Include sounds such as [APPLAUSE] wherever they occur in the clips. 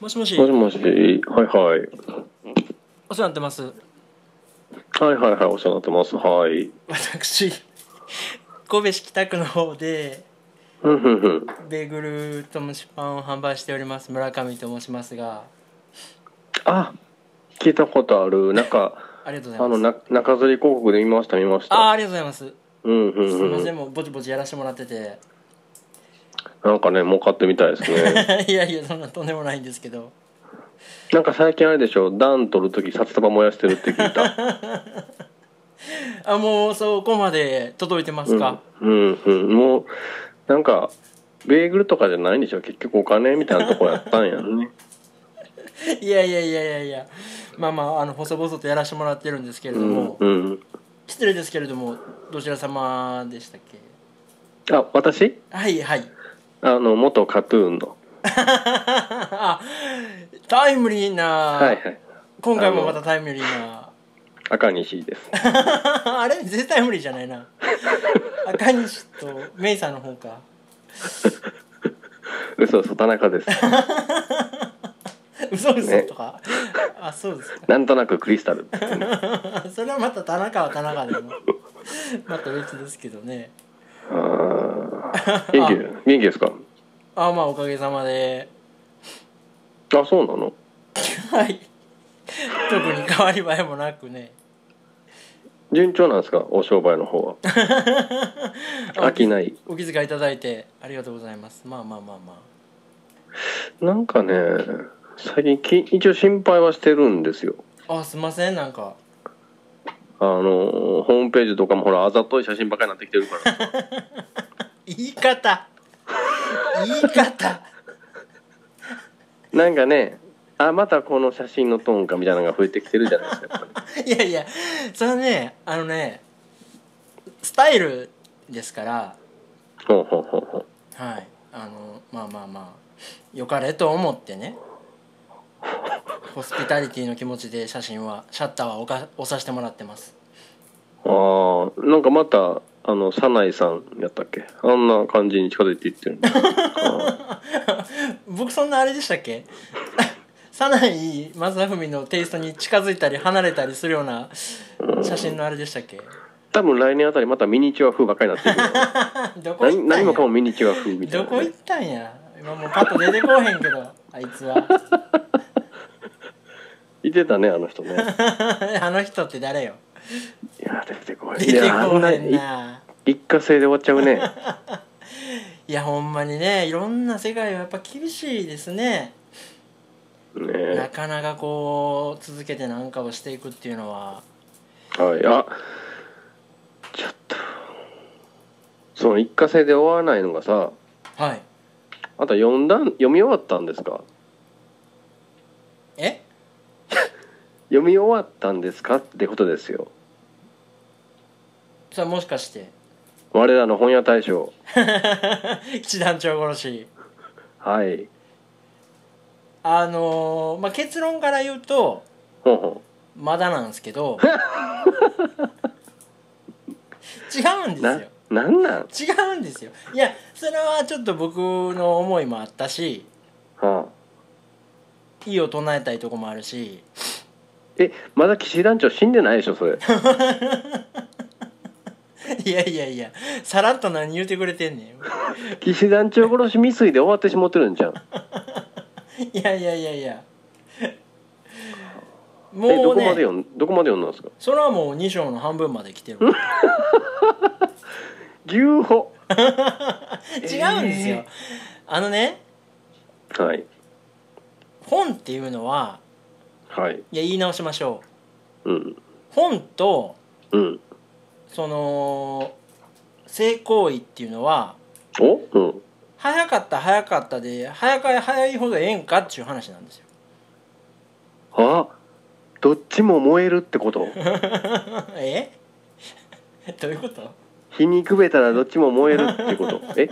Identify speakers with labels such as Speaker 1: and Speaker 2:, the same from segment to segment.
Speaker 1: もしもし
Speaker 2: もしもし、はいはい。
Speaker 1: お世話になってます
Speaker 2: はいはいはい、お世話になってます。はい。
Speaker 1: 私神戸市北区の方で
Speaker 2: ふんふんふん。
Speaker 1: ベーグルと蒸しパンを販売しております村上と申しますが
Speaker 2: あ、聞いたことある。なんか、
Speaker 1: ありがとう
Speaker 2: あ
Speaker 1: ござ
Speaker 2: の、
Speaker 1: います
Speaker 2: な中吊り広告で見ました、見まし
Speaker 1: ああー
Speaker 2: た。
Speaker 1: ありがとうございます
Speaker 2: うんう
Speaker 1: すい
Speaker 2: ん
Speaker 1: ま
Speaker 2: う
Speaker 1: せん
Speaker 2: ん。
Speaker 1: もうぼちぼちやらせてもらってて [LAUGHS]
Speaker 2: なんかね、儲かってみたいです
Speaker 1: [LAUGHS]
Speaker 2: ね。
Speaker 1: いやいやそんなとんでもないんですけど
Speaker 2: なんか最近あれでしょ、暖取るとき札束燃やしてるって聞いた。
Speaker 1: あもうそこまで届いてますか、
Speaker 2: うんうん。もう、なんか、ベーグルとかじゃないんでしょ。結局お金みたいなとこやったん
Speaker 1: [LAUGHS]
Speaker 2: やね。
Speaker 1: いやいやいやいやいやまあまああの細々とやらせてもらってるんですけれ
Speaker 2: う
Speaker 1: ど
Speaker 2: ん
Speaker 1: も、
Speaker 2: うん。
Speaker 1: 失礼ですけれどもどちら様でしたっけ
Speaker 2: あ、私
Speaker 1: はいはい
Speaker 2: あの、元カトゥーンの。
Speaker 1: あ [LAUGHS] タイムリーな、
Speaker 2: はいはい。
Speaker 1: 今回もまたタイムリーな [LAUGHS]
Speaker 2: 赤西です。
Speaker 1: あれ絶対無理じゃない
Speaker 2: [LAUGHS]
Speaker 1: な赤西とメイさんの方か
Speaker 2: 嘘嘘、田中です。
Speaker 1: 嘘嘘
Speaker 2: ね
Speaker 1: とか、あそうです [LAUGHS] か
Speaker 2: なんとなくクリスタル。
Speaker 1: それはまた田中は田中でも [LAUGHS] また別ですけどね
Speaker 2: あー元気元気ですか
Speaker 1: あまあおかげさまで [LAUGHS]
Speaker 2: あそうなの
Speaker 1: はい特に変わり映えもなくね
Speaker 2: 順調なんですかお商売の方は飽きない
Speaker 1: お気遣いいただいてありがとうございますまあまあまあま
Speaker 2: なんかね最近き一応心配はしてるんですよ
Speaker 1: ああすいませんなんか
Speaker 2: あのホームページとかもほらあざとい写真ばっかりになってきてるから
Speaker 1: 言い方言い方
Speaker 2: なんかねあまたこの写真のトーンかみたいなのが増えてきてるじゃないですかやっぱ
Speaker 1: [LAUGHS] いやいやそれはねあのねスタイルですから
Speaker 2: りほうほうほうほう
Speaker 1: はいあのまあまあまあよかれと思ってねホスピタリティの気持ちで写真はシャッターは押か押させてもらってます
Speaker 2: ああなんかまたあの早苗さんやったっけあんな感じに近づいていってるんだあ
Speaker 1: 僕そんなあれでしたっけ [LAUGHS] 早苗正文のテイストに近づいたり離れたりするような写真のあれでしたっけ
Speaker 2: 多分来年あたりまたミニチュア風ばっかりになってる
Speaker 1: [LAUGHS] ど
Speaker 2: よ
Speaker 1: こ行ったんや
Speaker 2: 何何もかもミニチュア風みたい
Speaker 1: ど
Speaker 2: な
Speaker 1: こ行ったんや今もうパッと出てこうへんけどあいつは
Speaker 2: いてたねあの
Speaker 1: [LAUGHS]
Speaker 2: 人ね
Speaker 1: あの人って誰よ
Speaker 2: いや出てこい
Speaker 1: 出て
Speaker 2: いやあ
Speaker 1: こ
Speaker 2: んな
Speaker 1: へん
Speaker 2: い
Speaker 1: な
Speaker 2: 一過性で終わっちゃ
Speaker 1: [LAUGHS]
Speaker 2: うね
Speaker 1: いやほんまにねいろんな世界はやっぱ厳しいですねな
Speaker 2: ね
Speaker 1: かなかこう続けて何かをしていくっていうのは
Speaker 2: はいあちょっとその一過性で終わらないのがさ
Speaker 1: はい
Speaker 2: あんた読んだん読み終わったんですか
Speaker 1: え
Speaker 2: 読み終わったんですかってことですよ
Speaker 1: それもしかして [LAUGHS]
Speaker 2: 我らの本屋大賞
Speaker 1: 一団長殺し
Speaker 2: はい
Speaker 1: あのーまあ結論から言うと
Speaker 2: ほうほ
Speaker 1: まだなんですけ
Speaker 2: [LAUGHS]
Speaker 1: ど違うん
Speaker 2: う
Speaker 1: で
Speaker 2: な
Speaker 1: すよ
Speaker 2: なんなん、は
Speaker 1: 違うんですよいやそれはちょっと僕の思いもあったし
Speaker 2: あ、
Speaker 1: 意を唱えたいとこもあるし
Speaker 2: えまだ岸団長死んでないでしょそれ
Speaker 1: [LAUGHS] いやいやいやさらっと何言うてくれてんね
Speaker 2: 岸団長殺し未遂で終わってしもってるんじゃん
Speaker 1: んいやいやいやいや
Speaker 2: え
Speaker 1: も
Speaker 2: ど
Speaker 1: う
Speaker 2: こまで
Speaker 1: ね
Speaker 2: 読んどこまで読んだんですか
Speaker 1: それはもう2章の半分まで来
Speaker 2: [LAUGHS]
Speaker 1: てる
Speaker 2: 牛歩
Speaker 1: 違うんですよ、あのね
Speaker 2: はい
Speaker 1: 本っていうのは
Speaker 2: はい
Speaker 1: いや言い直しましょ
Speaker 2: うん
Speaker 1: う本と
Speaker 2: うん
Speaker 1: その性行為っていうのは
Speaker 2: おうん
Speaker 1: 早かった早かったで早かい早いほどええんかっていう話なんですよ [LAUGHS]
Speaker 2: あどっちも燃えるってこと
Speaker 1: [LAUGHS] え [LAUGHS] どういうこと
Speaker 2: 火にくべたらどっちも燃えるってことえ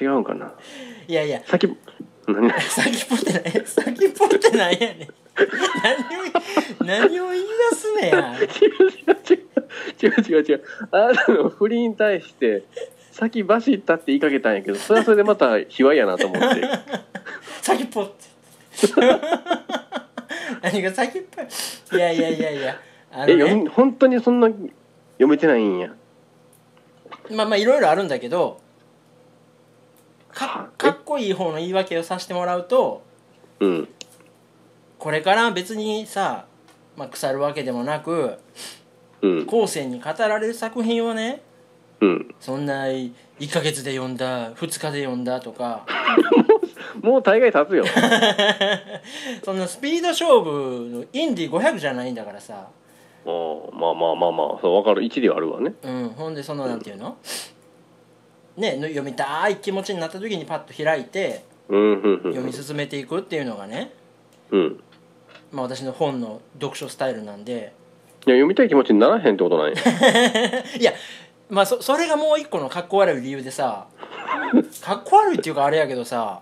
Speaker 2: 違うんかない
Speaker 1: やいや
Speaker 2: 先何
Speaker 1: [LAUGHS] 先っぽってない先っぽってないやねん何を何を言い出すねや
Speaker 2: 違う違う違う違う違うあなたの不倫に対して先
Speaker 1: [LAUGHS]
Speaker 2: 走ったって言いかけたんやけどそれはそれでまた卑猥やなと思って
Speaker 1: 先っぽって何が先っぽいいやいやいやいやあ
Speaker 2: え
Speaker 1: の、
Speaker 2: 読
Speaker 1: ね、
Speaker 2: み本当にそんな読めてないんや
Speaker 1: まあまあいろいろあるんだけどかかっこいい方の言い訳をさせてもらうと
Speaker 2: うん
Speaker 1: これから別にさ、まあ、腐るわけでもなく
Speaker 2: うん
Speaker 1: 後世に語られる作品をね
Speaker 2: うん
Speaker 1: そんな1ヶ月で読んだ2日で読んだとか
Speaker 2: もう大概 [LAUGHS] 経つよ
Speaker 1: [LAUGHS] そんなスピード勝負のインディ500じゃないんだからさ
Speaker 2: おまあまあまあまあそう分かる一理はあるわね
Speaker 1: うん、ほんでそのなんていうの、ねの読みたい気持ちになった時にパッと開いて
Speaker 2: うんうんう
Speaker 1: 読み
Speaker 2: ん
Speaker 1: 進めていくっていうのがね、
Speaker 2: うん
Speaker 1: まあ、私の本の読書スタイルなんで
Speaker 2: いや読みたい気持ちにならへんってことなんや
Speaker 1: いやまあそそれがもう一個のかっこ悪い理由でさかっこ悪いっていうかあれやけどさ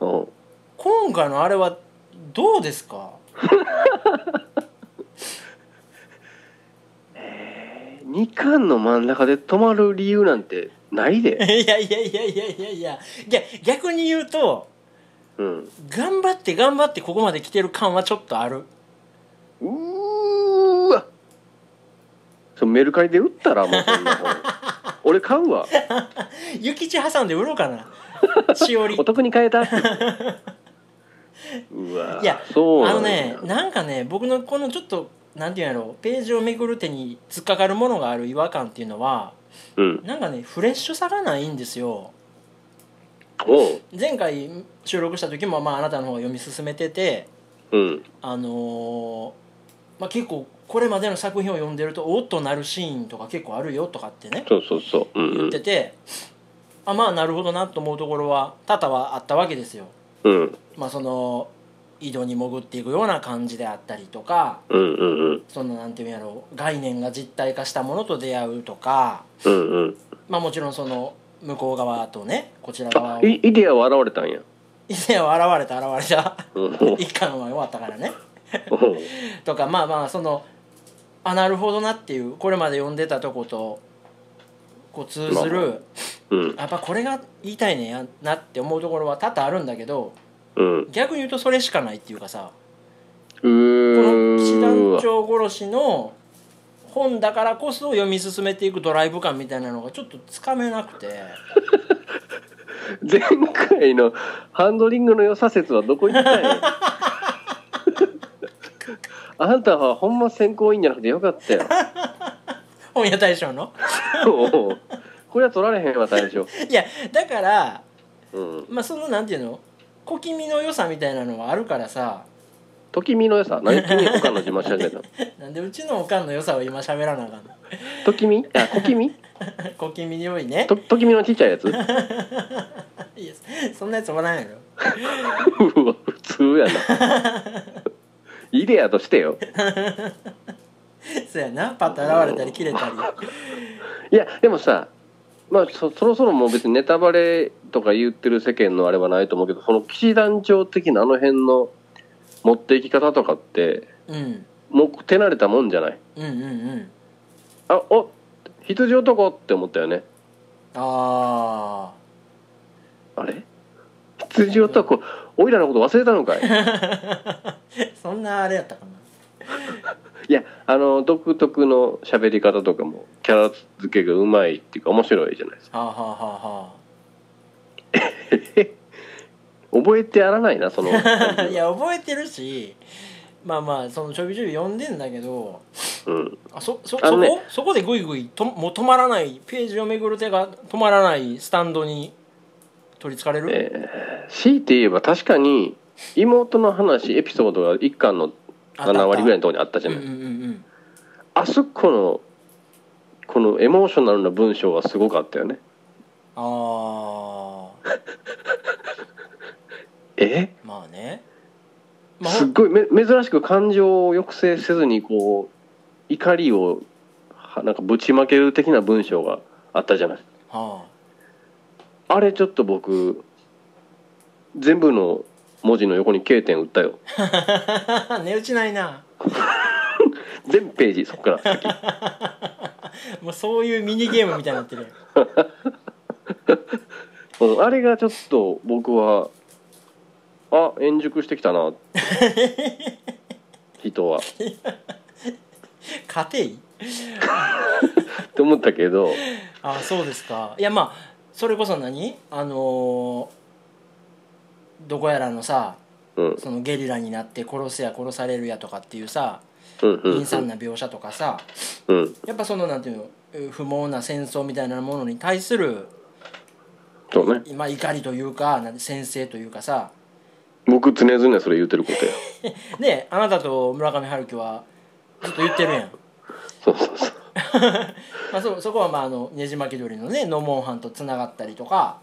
Speaker 2: うん
Speaker 1: 今回のあれはどうですか
Speaker 2: 2巻の真ん中で止まる理由なんてない
Speaker 1: い [LAUGHS]
Speaker 2: で
Speaker 1: やいやいやいやいやいやいや逆に言うと
Speaker 2: うん
Speaker 1: 頑張って頑張ってここまで来てる感はちょっとある
Speaker 2: うーわそうメルカリで売ったらもうそんな
Speaker 1: [LAUGHS]
Speaker 2: 本俺買うわ
Speaker 1: 諭吉挟んで売ろうかなしおり
Speaker 2: お得に買
Speaker 1: [LAUGHS]
Speaker 2: えたってうわ
Speaker 1: いや
Speaker 2: そう
Speaker 1: あ
Speaker 2: な
Speaker 1: の
Speaker 2: ん
Speaker 1: ね
Speaker 2: や
Speaker 1: なんかね僕のこのちょっとなんていうんやろうページをめくる手に突っかかるものがある違和感っていうのは
Speaker 2: うん
Speaker 1: なんかねフレッシュさがないんですよ
Speaker 2: おう
Speaker 1: 前回収録した時も、まあ、あなたの方が読み進めてて
Speaker 2: うん
Speaker 1: あのーまあ、結構これまでの作品を読んでるとおっとなるシーンとか結構あるよとかってね
Speaker 2: そうそうそううんう
Speaker 1: 言っ
Speaker 2: ん
Speaker 1: ててあまあなるほどなと思うところは多々はあったわけですよ。
Speaker 2: うん
Speaker 1: まあ、その井戸に潜っていくような感じであったりとか
Speaker 2: うんうんうん
Speaker 1: そのなんていうんやろう概念が実体化したものと出会うとか
Speaker 2: うんうん
Speaker 1: まあもちろんその向こう側とねこちら側
Speaker 2: あ
Speaker 1: を
Speaker 2: いイデアは現れたんや
Speaker 1: 以前は現れた現れた
Speaker 2: うんうん
Speaker 1: 一巻は終わったからねとかまあまあそのあなるほどなっていうこれまで読んでたとことこう通ずる
Speaker 2: うん
Speaker 1: やっぱこれが言いたいねんやなって思うところは多々あるんだけど
Speaker 2: うん
Speaker 1: 逆に言うとそれしかないっていうかさこ
Speaker 2: う
Speaker 1: の師
Speaker 2: ー
Speaker 1: 団
Speaker 2: わ
Speaker 1: 長殺しの本だからこそ読み進めていくドライブ感みたいなのがちょっとつかめなくて
Speaker 2: 前回のハンドリングの良さ説はどこ行った
Speaker 1: [LAUGHS]
Speaker 2: んやあなたはほんま選考委員じゃなくてよかったよ
Speaker 1: 本屋大賞の
Speaker 2: おう [LAUGHS] これは取られへんわ最初
Speaker 1: いやだから
Speaker 2: うん
Speaker 1: まあそのなんていうの小気味の良さみたいなのはあるからさ
Speaker 2: ときみの良さ何君他の自慢し始めたの
Speaker 1: なんでうちのおかんの良さを今喋らなあかんの
Speaker 2: ときみあこきみ
Speaker 1: 小気味に良いね
Speaker 2: とときみのちっちゃいやつ [LAUGHS] う
Speaker 1: い
Speaker 2: わ
Speaker 1: やそんなやつおらんやろ
Speaker 2: 普
Speaker 1: [LAUGHS]
Speaker 2: 通やなイデアとしてよ
Speaker 1: そやなパッと現れたり切れたり
Speaker 2: いやでもさまあそそろそろもう別にネタバレとか言ってる世間のあれはないと思うけどその騎士団長的なあの辺の持っていき方とかって
Speaker 1: うん
Speaker 2: もう手慣れたもんじゃない
Speaker 1: うんうんうん
Speaker 2: あお羊男って思ったよね
Speaker 1: あ
Speaker 2: あれ羊男おいらのこと忘れたのかい
Speaker 1: ーそんなあれやったかない
Speaker 2: やあの独特の喋り方とかもキャラ付けがうまいっていうか面白いじゃないですか
Speaker 1: はあはあはあはあ
Speaker 2: 覚えてやらないなその
Speaker 1: [LAUGHS] いや覚えてるしまあまあそのちょびちょび読んでんだけど
Speaker 2: うん
Speaker 1: あそそ
Speaker 2: あ
Speaker 1: そ
Speaker 2: の
Speaker 1: こ、
Speaker 2: ね
Speaker 1: そこでグイグイともう止まらないページをめぐる手が止まらないスタンドに取りつかれる、
Speaker 2: えー強いて言えば確かに妹の話エピソードが1巻の
Speaker 1: あったあった
Speaker 2: 7割ぐらいのところにあったじゃ
Speaker 1: うん
Speaker 2: な
Speaker 1: う
Speaker 2: い
Speaker 1: んうん
Speaker 2: あそこのこのエモーショナルな文章はすごかったよね
Speaker 1: ああ
Speaker 2: え
Speaker 1: まあねまあ
Speaker 2: すっごいめ珍しく感情を抑制せずにこう怒りをはなんかぶちまける的な文章があったじゃない
Speaker 1: は
Speaker 2: あれちょっと僕全部の文字の横に K 点打ったよ
Speaker 1: あ [LAUGHS] 値打ちないな
Speaker 2: 全ページそっから先
Speaker 1: もうそういうミニゲームみたいになってる
Speaker 2: うんあれがちょっと僕はあ円熟してき
Speaker 1: [LAUGHS]
Speaker 2: たな人は
Speaker 1: 家庭
Speaker 2: って思ったけど
Speaker 1: あそうですかいやまあそれこそ何あのーどこやらのさ
Speaker 2: うん
Speaker 1: そのゲリラになって殺せや殺されるやとかっていうさ
Speaker 2: うんうん
Speaker 1: 陰惨な描写とかさ
Speaker 2: うん
Speaker 1: やっぱそのなんていうのえー不毛な戦争みたいなものに対する
Speaker 2: そうね
Speaker 1: 今怒りというかなんて先生というかさ
Speaker 2: 僕常々それ言ってることや
Speaker 1: ねえあなたと村上春樹はずっと言ってるやん。
Speaker 2: そうそうそう
Speaker 1: まあ、そそこはまああのねじ巻き鳥のねノモンハンとつながったりとか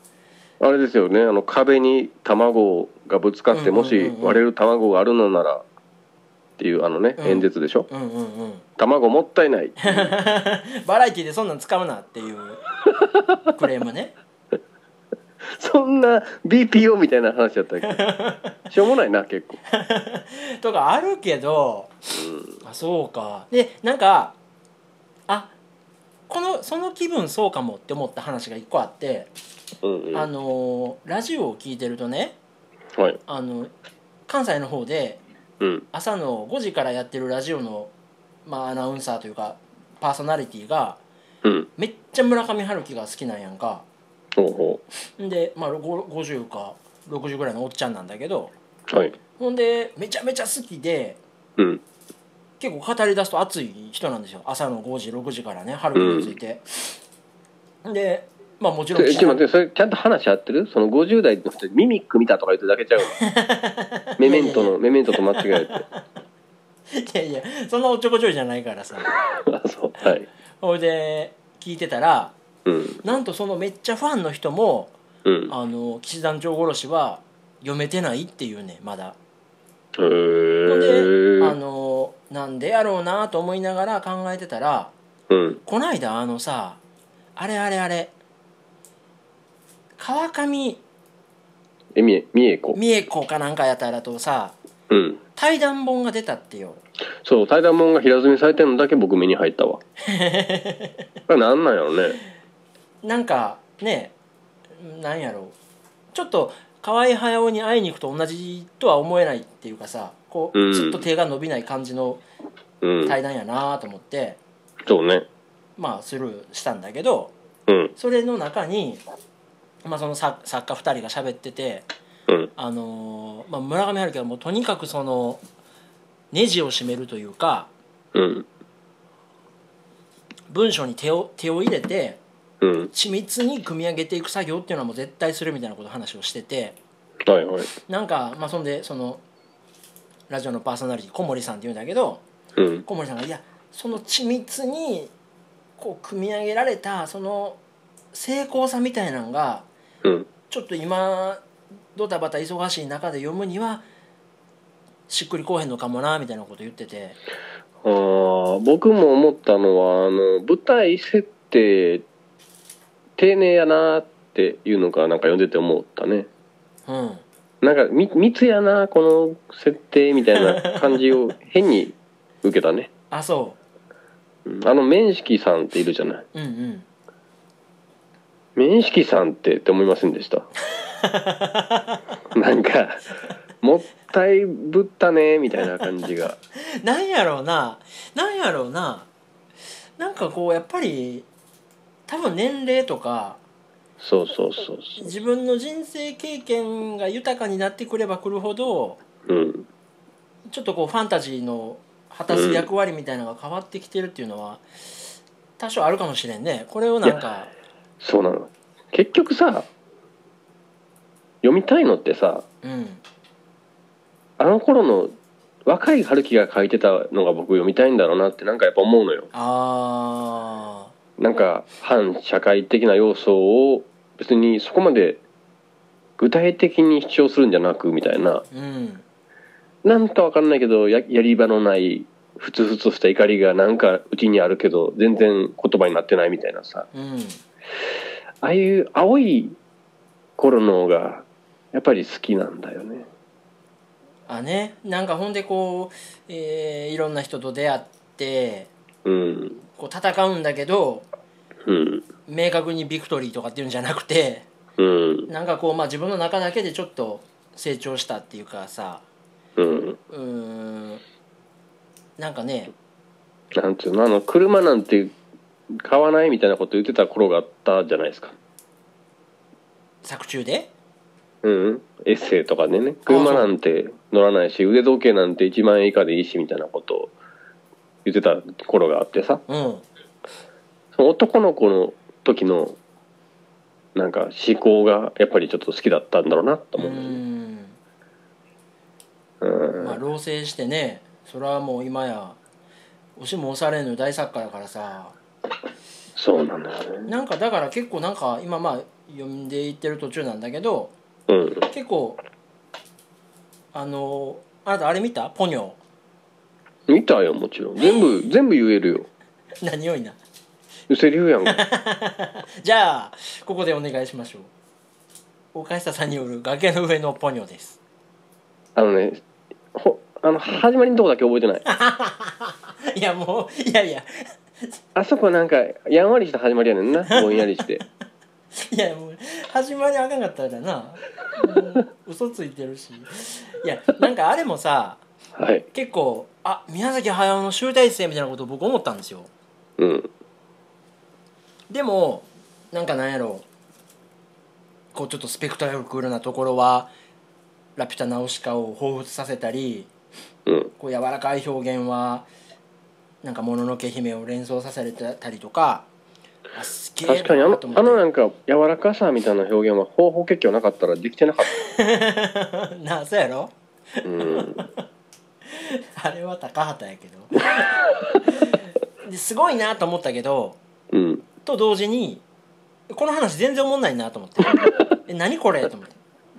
Speaker 2: あれですよねあの壁に卵がぶつかって
Speaker 1: うんうんうん
Speaker 2: もし割れる卵があるのならっていうあのね
Speaker 1: うん
Speaker 2: 演説でしょ
Speaker 1: うんうんうん
Speaker 2: 卵もった
Speaker 1: [LAUGHS]
Speaker 2: いない
Speaker 1: バラエティでそんなん使うなっていうクレームね
Speaker 2: そんな BPO みたいな話だったっけ
Speaker 1: [LAUGHS]
Speaker 2: しょうもないな結構
Speaker 1: とかあるけどあそうかでなんかあこのその気分そうかもって思った話が一個あって、
Speaker 2: うんうんうん
Speaker 1: あ
Speaker 2: は
Speaker 1: のラジオを聞いてるとね
Speaker 2: い
Speaker 1: あの関西の方で
Speaker 2: うん
Speaker 1: 朝の5時からやってるラジオの、まあ、アナウンサーというかパーソナリティが
Speaker 2: うん
Speaker 1: めっちゃ村上春樹が好きなんやんか
Speaker 2: ほうほ
Speaker 1: で、まあ、ご50か60ぐらいのおっちゃんなんだけど
Speaker 2: うはい
Speaker 1: ほんでめちゃめちゃ好きで
Speaker 2: うん
Speaker 1: 結構語り出すと熱い人なんですよ朝の5時6時からね春樹について、でまあもちろん
Speaker 2: えちょっと待ってそれちゃんと話合ってるその50代の人ミミック見たとか言ってるだけちゃう
Speaker 1: [LAUGHS]
Speaker 2: のメメントのメメントと間違えて [LAUGHS]
Speaker 1: [LAUGHS] いやいやそんなおっちょこちょいじゃないからさ
Speaker 2: あそうはい
Speaker 1: ほいで聞いてたら
Speaker 2: うん
Speaker 1: なんとそのめっちゃファンの人も
Speaker 2: うん
Speaker 1: あの騎士団長殺しは読めてないっていうねまだ
Speaker 2: へ
Speaker 1: ほんであ
Speaker 2: ー
Speaker 1: のなんでやろうなと思いながら考えてたら
Speaker 2: うん
Speaker 1: こないだあのさあれあれあれ川上
Speaker 2: えみえみえこ
Speaker 1: 美恵子かなんかやったらとさ
Speaker 2: うん
Speaker 1: 対談本が出たってよ
Speaker 2: そう対談文が平積みされてるのだけ僕目に入っ
Speaker 1: [LAUGHS]
Speaker 2: たわこれなんなんやろね
Speaker 1: なんかねなんやろうちょっと河合駿に会いに行くと同じとは思えないっていうかさこ
Speaker 2: う
Speaker 1: うんちょっと手が伸びない感じの
Speaker 2: うん
Speaker 1: 対談やなと思って、
Speaker 2: そうね
Speaker 1: まあスルーしたんだけど
Speaker 2: うん
Speaker 1: それの中に、まあ、その作作家2人が喋ってて、
Speaker 2: うん
Speaker 1: あのーまあ、村上春樹はもうとにかくそのネジを締めるというか
Speaker 2: うん
Speaker 1: 文章に手を手を入れて
Speaker 2: うん
Speaker 1: 緻密に組み上げていく作業っていうのはもう絶対するみたいなこと話をしてて
Speaker 2: はいはい
Speaker 1: なんか、まあ、そんでそのラジオのパーソナリティ小森さんっていうんだけど
Speaker 2: うん
Speaker 1: 小森さんが「いやその緻密にこう組み上げられたその成功さみたいなのが
Speaker 2: うん
Speaker 1: ちょっと今ドタバタ忙しい中で読むにはしっくりこうへんのかもなみたいなこと言ってて
Speaker 2: あー僕も思ったのはあの舞台設定丁寧やなっていうのがなんか読んでて思ったね
Speaker 1: うん
Speaker 2: なんかみ密やなこの設定みたいな感じを変に受けたね
Speaker 1: あそ
Speaker 2: うんあの面識さんっているじゃない
Speaker 1: う
Speaker 2: う
Speaker 1: んうん
Speaker 2: 面識さんってって思いませんでしたなんかもったいぶったねみたいな感じが
Speaker 1: なんやろうななんやろうななんかこうやっぱり多分年齢とか
Speaker 2: そうそうそうそ
Speaker 1: 自分の人生経験が豊かになってくればくるほど
Speaker 2: ううん
Speaker 1: ちょっとこうファンタジーの果たす役割みたいなのが変わってきてるっていうのは多少あるかもしれんねこれをなんか
Speaker 2: そうなの結局さ読みたいのってさ
Speaker 1: うん
Speaker 2: あの頃の若い春樹が書いてたのが僕読みたいんだろうなってなんかやっぱ思うのよ
Speaker 1: ああ
Speaker 2: なんか反社会的な要素を別にそこまで具体的に主張するんじゃなくみたいな
Speaker 1: うん
Speaker 2: なんかわかんないけどややり場のないふつふつとした怒りがなんかうちにあるけど全然言葉になってないみたいなさ
Speaker 1: うん
Speaker 2: ああいう青い頃の方がやっぱり好きなんだよね
Speaker 1: あねなんかほんでこう、えーいろんな人と出会って
Speaker 2: うん
Speaker 1: こう戦うんだけど
Speaker 2: うん
Speaker 1: 明確にビクトリーとかっていうんじゃなくて
Speaker 2: うん
Speaker 1: なんかこうまあ自分の中だけでちょっと成長したっていうかさ
Speaker 2: うん
Speaker 1: うーんなんかね
Speaker 2: なんていうのあの車なんて買わないみたいなこと言ってた頃があったじゃないですか
Speaker 1: 作中で
Speaker 2: うんエッセイとかでね車なんて乗らないし腕時計なんて1万円以下でいいしみたいなことを言ってた頃があってさ
Speaker 1: うん
Speaker 2: その男の子の時のなんか思考がやっぱりちょっと好きだったんだろうなと
Speaker 1: う
Speaker 2: 思うんだよね
Speaker 1: ん
Speaker 2: うん
Speaker 1: まあ老成してねそれはもう今や押しも押されぬ大作家だからさ
Speaker 2: そうなんだよね
Speaker 1: なんかだから結構なんか今まあ読んでいってる途中なんだけど
Speaker 2: うん
Speaker 1: 結構あのあなたあれ見たポニョ [LAUGHS]
Speaker 2: 見たよもちろん全部全部言えるよ
Speaker 1: 何をいな
Speaker 2: セリフやんか
Speaker 1: じゃあここでお願いしましょう岡下さんによる崖の上のポニョです
Speaker 2: あのねほあの始まりのとこだけ覚えてない
Speaker 1: いやもういやいや
Speaker 2: あそこなんかやんわりした始まりやね
Speaker 1: [LAUGHS]
Speaker 2: んなぼんやりして
Speaker 1: いやもう始まりあかんかったらなもう嘘ついてるしいやなんかあれもさ
Speaker 2: はい
Speaker 1: 結構あ宮崎駿の集大成みたいなことを僕思ったんですよ
Speaker 2: うん
Speaker 1: でもなんかなんやろこうちょっとスペクタクルなところは「ラピュタ・ナウシカ」を彷彿させたり
Speaker 2: うん
Speaker 1: こう柔らかい表現はなんか「もののけ姫」を連想させてたりとかあすげえ
Speaker 2: 確かにあ
Speaker 1: な
Speaker 2: の
Speaker 1: と思って
Speaker 2: あのなんか柔らかさみたいな表現は方法結局なかったらできてなかっ
Speaker 1: [LAUGHS] なそうやろ
Speaker 2: たうん
Speaker 1: [LAUGHS] あれは高畑やけど [LAUGHS] ですごいなと思ったけど
Speaker 2: うん
Speaker 1: と同時にこの話全然おもんないなと思ってえ何これと思って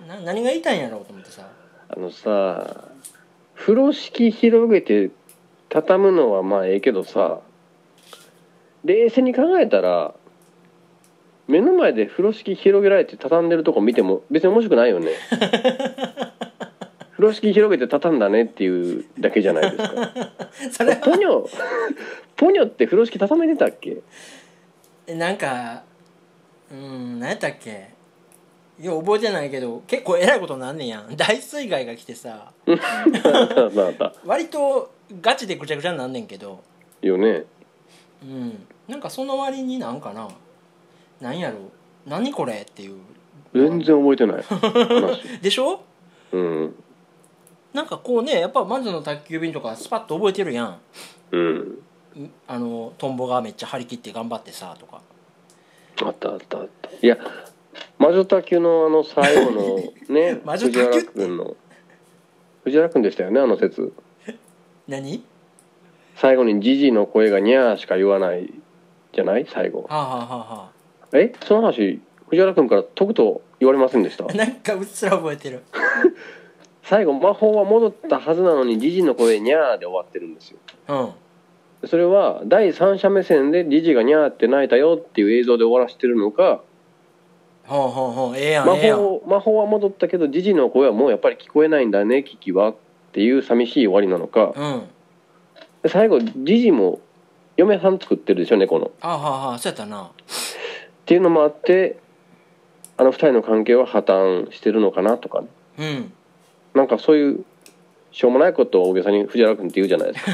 Speaker 1: な何が言いたいんやろうと思ってさ
Speaker 2: あのさ風呂敷広げて畳むのはまあええけどさ冷静に考えたら目の前で風呂敷広げられて畳んでるとこ見ても別に面白くないよね風呂敷広げて畳んだねっていうだけじゃないですか
Speaker 1: それは
Speaker 2: ポニョポニョって風呂敷畳めてたっけ
Speaker 1: えなんかうん何やったっけいや覚えてないけど結構えらいことなんねんやん大水害が来てさ
Speaker 2: またまた
Speaker 1: 割とガチでぐちゃぐちゃになんねんけど
Speaker 2: よね
Speaker 1: うんなんかその割になんかななんやろ何これっていう
Speaker 2: 全然覚えてない話
Speaker 1: でしょ
Speaker 2: うん
Speaker 1: なんかこうねやっぱ魔女の宅急便とかスパッと覚えてるやん
Speaker 2: うん
Speaker 1: んあのトンボがめっちゃ張り切って頑張ってさとか
Speaker 2: あったあったあったいや魔女卓球のあの最後のね
Speaker 1: [LAUGHS] 魔女
Speaker 2: 藤
Speaker 1: 卓球
Speaker 2: 原
Speaker 1: って
Speaker 2: 君の藤原君でしたよねあの説
Speaker 1: 何
Speaker 2: 最後にジジイの声がニャーしか言わないじゃない最後
Speaker 1: はあ、はあはあは
Speaker 2: えその話藤原君から解くと言われませんでした
Speaker 1: あ、なんかうっすら覚えてる
Speaker 2: 最後魔法は戻ったはずなのにジジイの声でニャーで終わってるんですよ
Speaker 1: うん
Speaker 2: それは第三者目線でジジイがニャーって泣いたよっていう映像で終わらせてるのか
Speaker 1: ほうほうほうええやん
Speaker 2: 魔
Speaker 1: ええやん
Speaker 2: 法魔法は戻ったけどジジイの声はもうやっぱり聞こえないんだねキキはっていう寂しい終わりなのか
Speaker 1: うん
Speaker 2: で最後ジジも嫁さん作ってるでしょ猫のっ
Speaker 1: ああはあはあそうやったな
Speaker 2: ていうのもあってあの二人の関係は破綻してるのかなとかね
Speaker 1: うん [LAUGHS]
Speaker 2: なんかそういうしょうもないことを大げさに藤原君って言うじゃないですか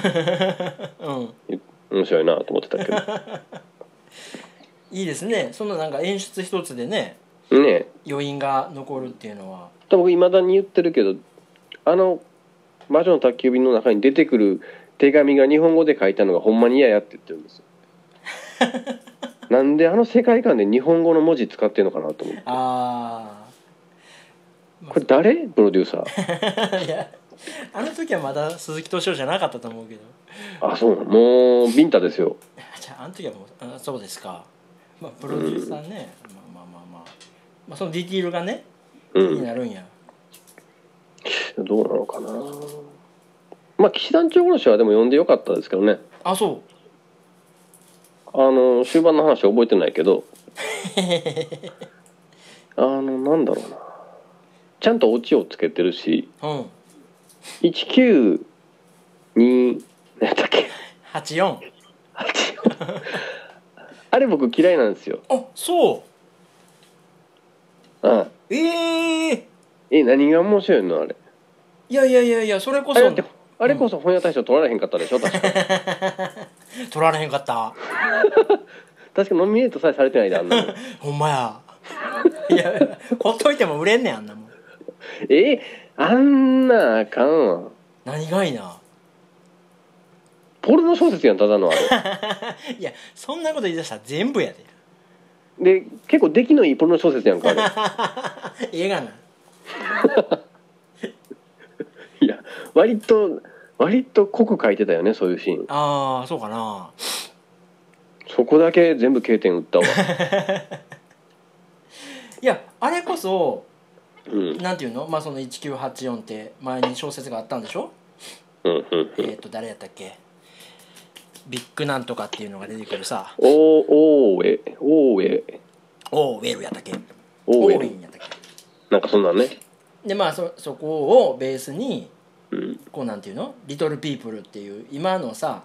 Speaker 1: うん
Speaker 2: 面白いなと思ってたけ
Speaker 1: [LAUGHS] いいですねそのなんか演出一つでね
Speaker 2: どねえ
Speaker 1: 余韻が残るっていうのは
Speaker 2: 多分僕いまだに言ってるけどあの「魔女の宅急便」の中に出てくる手紙が日本語で書いたのがほんまに嫌やって言ってるんですよなんであの世界観で日本語の文字使ってるのかなと思って
Speaker 1: あ
Speaker 2: これ誰プロデューサー
Speaker 1: あ [LAUGHS] いやあの時はまだ鈴木敏夫じゃなかったと思うけど
Speaker 2: あそうなのもうビンタですよ
Speaker 1: あじゃああの時はもうあそうですか、まあ、プロデューサーね、まあまあまあまあ、まあ、そのディティールがね気
Speaker 2: う
Speaker 1: に
Speaker 2: ん
Speaker 1: なるんや、
Speaker 2: どうなのかなまあ騎士団長殺しはでも読んでよかったですけどね
Speaker 1: あそ
Speaker 2: あの終盤の話は覚えてないけどあのなんだろうなちゃんとオチをつけてるし
Speaker 1: ううん
Speaker 2: 192何やったっ
Speaker 1: [LAUGHS]
Speaker 2: け
Speaker 1: 84
Speaker 2: あれ僕嫌いなんですよ
Speaker 1: あそう
Speaker 2: うん
Speaker 1: ええ
Speaker 2: え何が面白いのあれ
Speaker 1: いやいやいやいやそれこ
Speaker 2: あれ
Speaker 1: そ
Speaker 2: だってあれこそ本屋大賞取られへんかったでし
Speaker 1: [LAUGHS]
Speaker 2: ょ確か
Speaker 1: 取られへんかった
Speaker 2: 確かノミネートさえされてないであんなの
Speaker 1: [LAUGHS] ほんまやいやほっといても売れんねんあんなもん
Speaker 2: えあんなあかんわ
Speaker 1: 何がいいな
Speaker 2: ポルノ小説やんただのあれ
Speaker 1: いやそんなこと言い出したら全部やで [LAUGHS]
Speaker 2: で結構出来のいいポルノ小説やんかあれ
Speaker 1: 映画な
Speaker 2: うんいや割と割と濃く書いてたよねそういうシーン
Speaker 1: ああそうかな
Speaker 2: そこだけ全部 K 点打ったわ
Speaker 1: [LAUGHS] いやあれこそ
Speaker 2: うん
Speaker 1: なんていうのまあその1984って前に小説があったんでしょ
Speaker 2: うんうん
Speaker 1: えっ、ー、と誰やったっけビッグなんとかっていうのが出てくるさ
Speaker 2: おーおーえおーえ
Speaker 1: オーウェルやったっけ
Speaker 2: お
Speaker 1: オー
Speaker 2: ー
Speaker 1: リ
Speaker 2: え
Speaker 1: ンやったっけ
Speaker 2: なんかそんなんね
Speaker 1: でまあそそこをベースに
Speaker 2: うん
Speaker 1: こうなんていうのリトルピープルっていう今のさ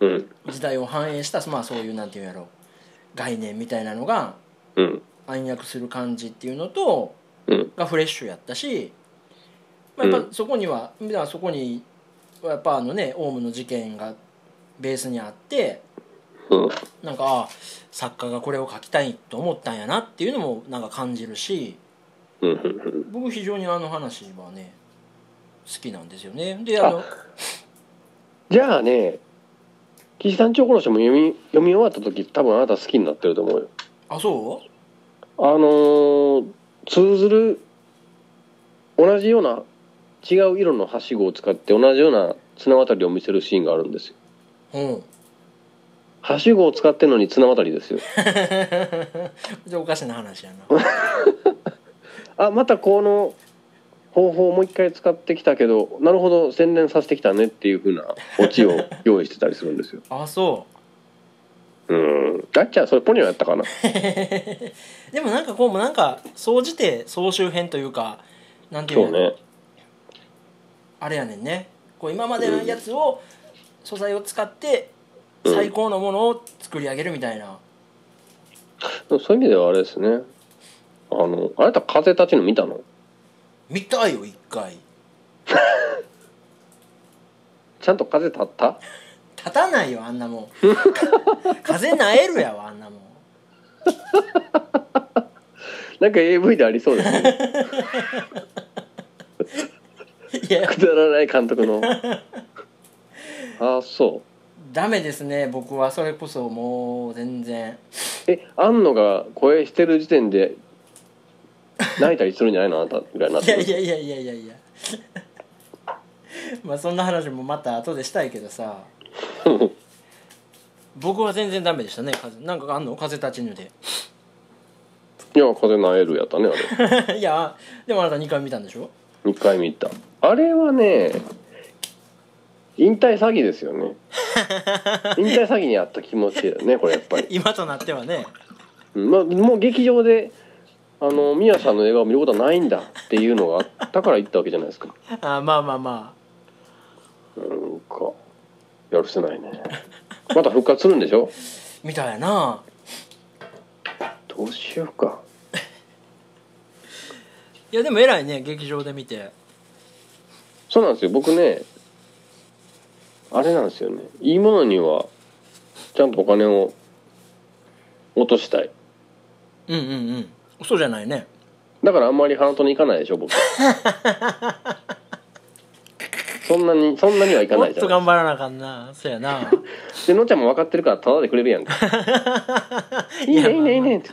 Speaker 2: うん
Speaker 1: 時代を反映したまあそういうなんていうんやろ概念みたいなのが
Speaker 2: うん
Speaker 1: 暗躍する感じっていうのと
Speaker 2: うん
Speaker 1: がフレッシュやったし、まあ、やっ
Speaker 2: う
Speaker 1: ぱそこには、だからそこにやっぱあのねオウムの事件がベースにあって
Speaker 2: うん
Speaker 1: なんかあ作家がこれを書きたいと思ったんやなっていうのもなんか感じるし
Speaker 2: うんうんうん
Speaker 1: 僕非常にあの話はね好きなんですよね。であの
Speaker 2: じゃあね岸さん長殺しも読み読み終わった時多分あなた好きになってると思うよ
Speaker 1: あそう
Speaker 2: あのー通ずる同じような違う色のはしごを使って同じような綱渡りを見せるシーンがあるんですよ
Speaker 1: うん。 [LAUGHS]
Speaker 2: はしごを使ってんのに綱渡りですよ
Speaker 1: じゃあおかしな話やな。
Speaker 2: あまたこの方法をもう一回使ってきたけどなるほど洗練させてきたねっていう風なオチを用意してたりするんですよ
Speaker 1: あそう。
Speaker 2: うんあっちゃんそれポニョやったかな
Speaker 1: でもなんかこうもなんか総じて総集編というかなんてい
Speaker 2: そうう
Speaker 1: の
Speaker 2: ね
Speaker 1: あれやねんねこう今までのやつを素材を使って
Speaker 2: うん
Speaker 1: 最高のものを作り上げるみたいな、
Speaker 2: そういう意味ではあれですねあのあなた風立ちの見たの
Speaker 1: 見たいよ一回
Speaker 2: ちゃんと風立った
Speaker 1: 立たないよあんなもん風なえるやわあんなもん
Speaker 2: なんか AV でありそうで
Speaker 1: [LAUGHS]
Speaker 2: すね
Speaker 1: いや
Speaker 2: くだらない監督の
Speaker 1: [LAUGHS]
Speaker 2: ああそ
Speaker 1: ダメですね僕はそれこそもう全然
Speaker 2: うえあんのが声してる時点で泣いたりするんじゃないのあなたぐらいになっ
Speaker 1: い
Speaker 2: て
Speaker 1: や
Speaker 2: る
Speaker 1: いやいやいやいやいや [LAUGHS] まあそんな話もまた後でしたいけどさ僕は全然ダメでしたね風なんかあんの風立ちぬで [LAUGHS]
Speaker 2: いや風なえるやったねあれ
Speaker 1: いやでもあなた2回見たんでしょ
Speaker 2: 2回見たあれはね引退詐欺です
Speaker 1: [LAUGHS]
Speaker 2: よね引退詐欺にあった気持ちだよねこれやっぱり、
Speaker 1: 今となってはね
Speaker 2: うんまあ、もう劇場であのミヤさんの映画を見ることはないんだっていうのがあったから行ったわけじゃないですか
Speaker 1: あまあまあま
Speaker 2: なんかやるせないねまた復活するんでしょ
Speaker 1: あみたいやな
Speaker 2: どうしようか
Speaker 1: いやでも偉いね劇場で見て
Speaker 2: そうなんですよ僕ねあれなんですよねいいものにはちゃんとお金を落としたい
Speaker 1: うんうんうんそうじゃないね
Speaker 2: だからあんまり花とに行かないでしょ僕そんなにそんなにはいか
Speaker 1: も
Speaker 2: な
Speaker 1: っ
Speaker 2: いじゃ
Speaker 1: と
Speaker 2: ん
Speaker 1: 頑張らなあかんなそうや
Speaker 2: [LAUGHS]
Speaker 1: な
Speaker 2: でのちゃんも分かってるからタダでくれるやんかいい
Speaker 1: や
Speaker 2: ねいいねいいねって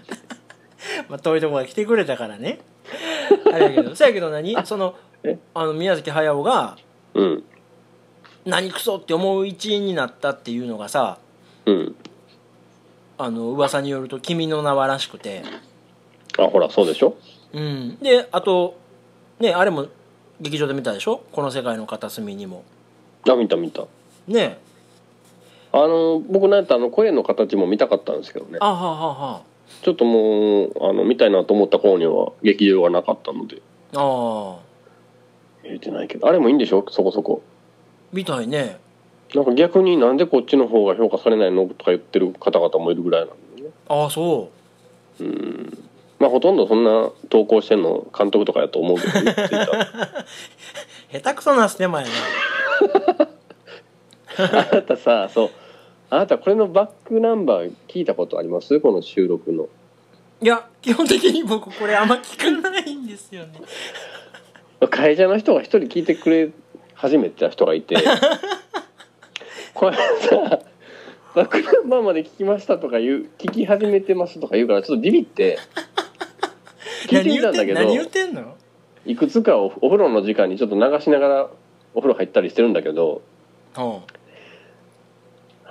Speaker 1: まあ、遠いところが来てくれたからねあれやけ
Speaker 2: [LAUGHS]
Speaker 1: どそうやけど何その
Speaker 2: え
Speaker 1: あの宮崎駿が
Speaker 2: うん
Speaker 1: 何クソって思う一員になったっていうのがさ
Speaker 2: うん
Speaker 1: あの噂によると「君の名は」らしくて、
Speaker 2: あほらそうでしょ
Speaker 1: うん、であとねあれも劇場で見たでしょ「この世界の片隅にも
Speaker 2: あ見た見た」
Speaker 1: ね
Speaker 2: あの僕なんてあの声の形も見たかったんですけどね
Speaker 1: あはあはあは
Speaker 2: ちょっともうあの見たいなと思った頃には劇場がなかったので
Speaker 1: ああ
Speaker 2: 入れてないけどあれもいいんでしょそこそこ
Speaker 1: みたいね
Speaker 2: なんか逆になんでこっちの方が評価されないのとか言ってる方々もいるぐらいなんでね
Speaker 1: ああそ
Speaker 2: うんまあほとんどそんな投稿してんの監督とかやと思うけどね Twitter
Speaker 1: 下手くそなステマやな
Speaker 2: あなたさそうあなたこれのバックナンバー聞いたことありますこの収録の
Speaker 1: いや基本的に僕これあんま聞かないんですよね
Speaker 2: 会社の人が一人聞いてくれ始めた人
Speaker 1: [LAUGHS]
Speaker 2: がいてこれさ「バックナンバーまで聞きました」とか言う「聞き始めてます」とか言うからちょっとビビって聞い
Speaker 1: 何
Speaker 2: てみ
Speaker 1: 言
Speaker 2: た
Speaker 1: っ
Speaker 2: んだ
Speaker 1: て
Speaker 2: け
Speaker 1: ん
Speaker 2: ど
Speaker 1: 何言ってんの
Speaker 2: いくつかおお風呂の時間にちょっと流しながらお風呂入ったりしてるんだけど
Speaker 1: ほ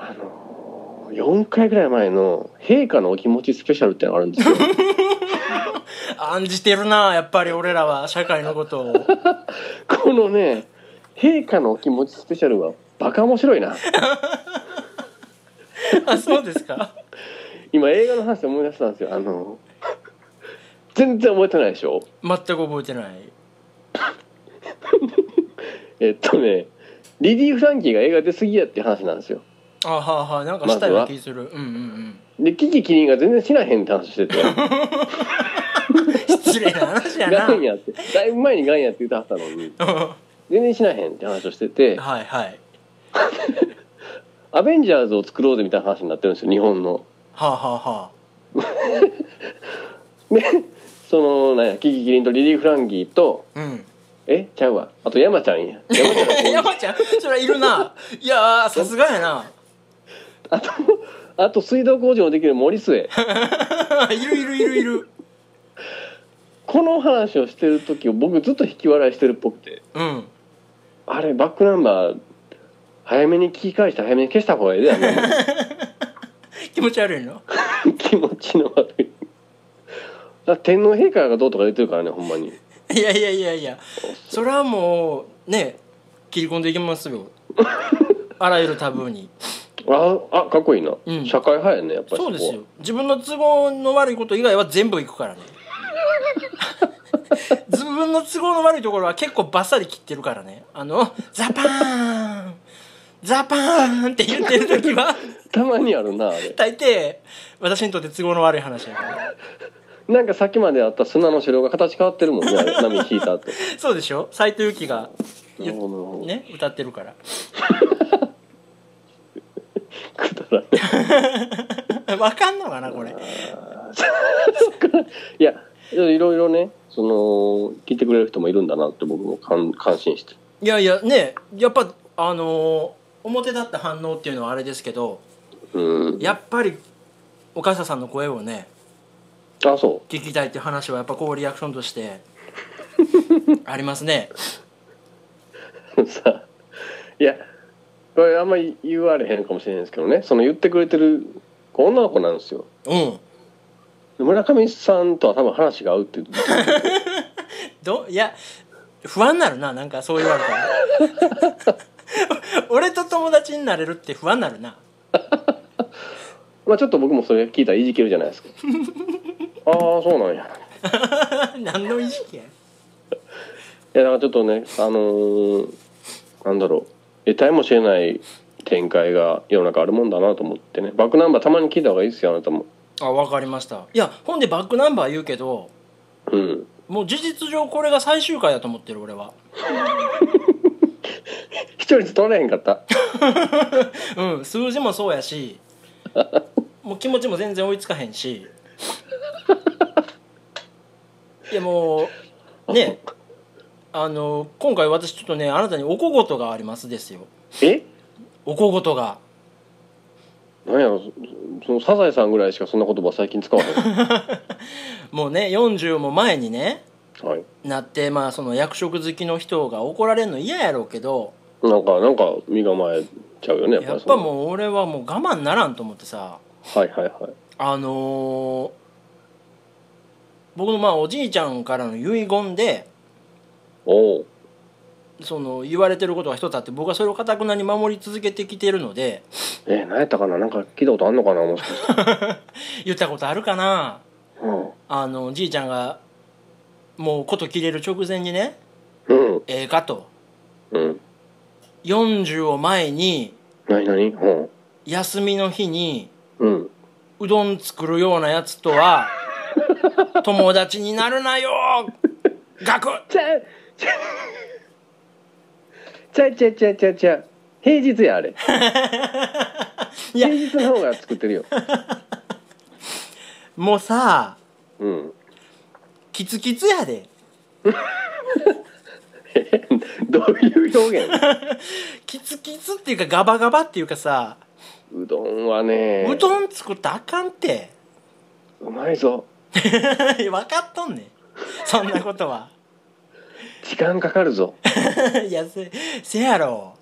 Speaker 2: あの4回ぐらい前の「陛下のお気持ちスペシャル」ってのがあるんですよ
Speaker 1: う案じてるなやっぱり俺らは社会のことを
Speaker 2: [LAUGHS] このね「陛下のお気持ちスペシャル」はバカ面白いな
Speaker 1: あそうですか
Speaker 2: 今映画の話で思い出したんですよあの全然覚えてないでしょ
Speaker 1: 全く覚えてない
Speaker 2: えっとねリリー・フランキーが映画出過ぎやって話なんですよ
Speaker 1: あはあはあなんかしたような気する、うんうん
Speaker 2: でキキキリンが全然死なへんって話してて
Speaker 1: うん失礼な話やな
Speaker 2: ガンやってだいぶ前にガンやって言ってはったのに
Speaker 1: [LAUGHS] は
Speaker 2: 全然死なへんって話をしてて
Speaker 1: いはい
Speaker 2: アベンジャーズを作ろうぜみたいな話になってるんですよ日本の
Speaker 1: はあはあは
Speaker 2: でそのなんやキキキリンとリリー・フランキーと
Speaker 1: あ
Speaker 2: [LAUGHS]
Speaker 1: うん
Speaker 2: えちゃうわあと山ちゃんや山ちゃん
Speaker 1: 山ちゃんそれいる
Speaker 2: [LAUGHS]
Speaker 1: ないやーさすがやな [LAUGHS]
Speaker 2: あとあと水道工場のできる森末
Speaker 1: いるいるいるいる
Speaker 2: この話をしてる時僕ずっと引き笑いしてるっぽくて
Speaker 1: うん
Speaker 2: あれバックナンバー早めに聞き返して早めに消した方がいいだ
Speaker 1: [LAUGHS]
Speaker 2: よね
Speaker 1: 気持ち悪い
Speaker 2: [LAUGHS]
Speaker 1: の
Speaker 2: 気持ちの悪いだ天皇陛下がどうとか言ってるからねほんまに
Speaker 1: いやいやいやいやそれはもうね切り込んでいきます [LAUGHS] よあらゆるタブーに
Speaker 2: ああかっこいいな、
Speaker 1: うん
Speaker 2: 社会派やねやっぱり
Speaker 1: そうです
Speaker 2: こ
Speaker 1: よ自分の都合の悪いこと以外は全部いくから
Speaker 2: [LAUGHS]
Speaker 1: ね自分の都合の悪いところは結構バッサリ切ってるからねあの「ザパーンザパーン!」って言ってる時は
Speaker 2: はたまにあるなあれ
Speaker 1: 大抵私にとって都合の悪い話やから
Speaker 2: なんかさっきまであった砂の城が形変わってるもんねあれ波引いた後
Speaker 1: そうでしょ斎藤由貴がゆ
Speaker 2: もう
Speaker 1: ね歌ってるから [LAUGHS]
Speaker 2: くだらない
Speaker 1: わかんのかなこれ
Speaker 2: いやいろいろねその聞いてくれる人もいるんだなって僕も感感心して
Speaker 1: いやいやねやっぱあのー表立った反応っていうのはあれですけど
Speaker 2: うん
Speaker 1: やっぱり岡下さんの声をね
Speaker 2: あそ
Speaker 1: 聞きたいっていう話はやっぱこうリアクションとしてありますね
Speaker 2: うさいやこれあんまり言われへんかもしれないですけどねその言ってくれてる子女の子なんですよ
Speaker 1: うん
Speaker 2: 村上さんとは多分話が合うって言ってた
Speaker 1: どいや不安になるななんかそう言われたら [LAUGHS] 俺と友達になれるって不安にな [LAUGHS] るな
Speaker 2: まあちょっと僕もそれ聞いたらいじけるじゃないですかああそうなんやいや
Speaker 1: 何の意識や
Speaker 2: だからちょっとねあのーなんだろう得体もしれない展開が世の中あるもんだなと思ってねバックナンバーたまに聞いた方がいいですよあなたも
Speaker 1: あわかりましたいやほんでバックナンバー言うけど
Speaker 2: うん
Speaker 1: もう事実上これが最終回だと思ってる俺は
Speaker 2: 視聴率取れへんかった
Speaker 1: うん数字もそうやしもう気持ちも全然追いつかへんしいやもうねあの今回私ちょっとねあなたにおこごとがありますですよ
Speaker 2: え
Speaker 1: おこごとが
Speaker 2: なんやろそそのサザエさんぐらいしかそんな言葉最近使わへん
Speaker 1: もうね40も前にね
Speaker 2: はい
Speaker 1: なってまあその役職好きの人が怒られるの嫌やろうけど
Speaker 2: なんかなんか身構えちゃうよねやっぱ
Speaker 1: や
Speaker 2: り
Speaker 1: っ
Speaker 2: その
Speaker 1: ぱもう俺はもう我慢ならんと思ってさ
Speaker 2: はいはいはい
Speaker 1: あのー僕のまあおじいちゃんからの遺言で
Speaker 2: おお
Speaker 1: その言われてることが一つあって僕はそれをかたくなに守り続けてきてるので
Speaker 2: えー、何やったかななんか聞いたことあんのかなもしかして、
Speaker 1: 言ったことあるかな
Speaker 2: うん
Speaker 1: あのじいちゃんがもうこと切れる直前にね
Speaker 2: うん
Speaker 1: ええかと
Speaker 2: うん
Speaker 1: 40を前に
Speaker 2: 何何うん
Speaker 1: 休みの日に
Speaker 2: うん
Speaker 1: うどん作るようなやつとは友達になるなよガク
Speaker 2: ちゃうちゃう [LAUGHS] ちゃうちゃうちゃうちゃうちゃう平日やあれ
Speaker 1: [LAUGHS] いや
Speaker 2: 平日の方が作ってるよ
Speaker 1: もうさ
Speaker 2: うん [LAUGHS]
Speaker 1: キツキツやで
Speaker 2: どういう表現
Speaker 1: キツキツっていうかガバガバっていうかさ
Speaker 2: うどんはね
Speaker 1: うどん作ったらあかんて [LAUGHS]
Speaker 2: うまいぞ
Speaker 1: 分かっとんねんそんなことは
Speaker 2: 時間かかるぞ
Speaker 1: [LAUGHS] いやせせやろ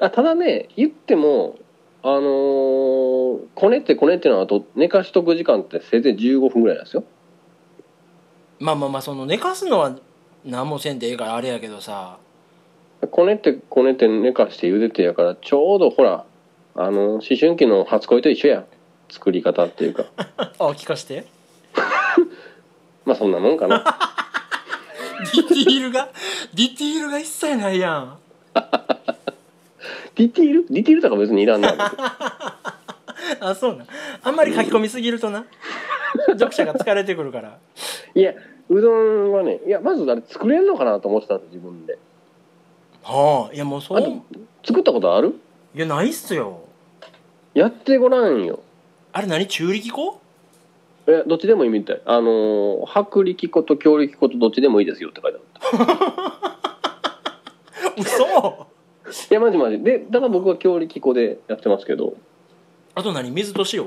Speaker 2: あただね言ってもあのーこねってこねってのはと寝かしとく時間ってせいぜい15分ぐらいなんですよ
Speaker 1: まあまあまあその寝かすのは何もせんでええからあれやけどさ
Speaker 2: こねってこねて寝かして茹でてやからちょうどほらあの思春期の初恋と一緒やん作り方っていうか
Speaker 1: あ聞かして
Speaker 2: まあそんなもんかな
Speaker 1: ディティールがディティールが一切ないやん
Speaker 2: ディティールディティールとか別にいらんな
Speaker 1: あそうなんあんまり書き込みすぎるとな読者が疲れてくるから
Speaker 2: いやうどんはねいやまずあれ作れんのかなと思ってたんです自分で
Speaker 1: はあいやもうそ
Speaker 2: あ
Speaker 1: う
Speaker 2: と作ったことある
Speaker 1: いやないっすよ
Speaker 2: やってごらんよ
Speaker 1: あれ何中力粉
Speaker 2: えどっちでもいいみたいあのー薄力粉と強力粉とどっちでもいいですよって書いてあった
Speaker 1: 嘘
Speaker 2: いやマジマジでだから僕は強力粉でやってますけど
Speaker 1: あと何水と塩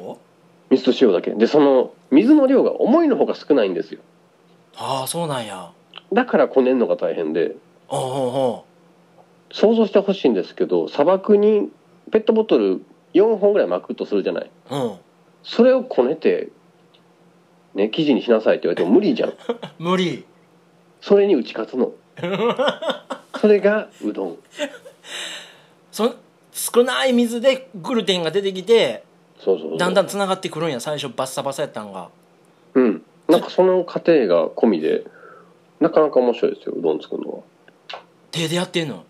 Speaker 2: 水と塩だけでその水の量が思いのほか少ないんですよ
Speaker 1: ああそうなんや
Speaker 2: だからこねんのが大変で
Speaker 1: おうおうお
Speaker 2: 想像してほしいんですけど砂漠にペットボトル4本ぐらい巻くとするじゃないう
Speaker 1: うん
Speaker 2: それをこねて、ね、生地にしなさいって言われても無理じゃん
Speaker 1: 無理
Speaker 2: それに打ち勝つ
Speaker 1: [LAUGHS]
Speaker 2: のそれがうどん
Speaker 1: そ少ない水でグルテンが出てきて
Speaker 2: そうそうそう
Speaker 1: だんだんつながってくるんや最初バッサバサやったんが
Speaker 2: うんなんかその過程が込みでなかなか面白いですようどん作るのは
Speaker 1: 手でやってんの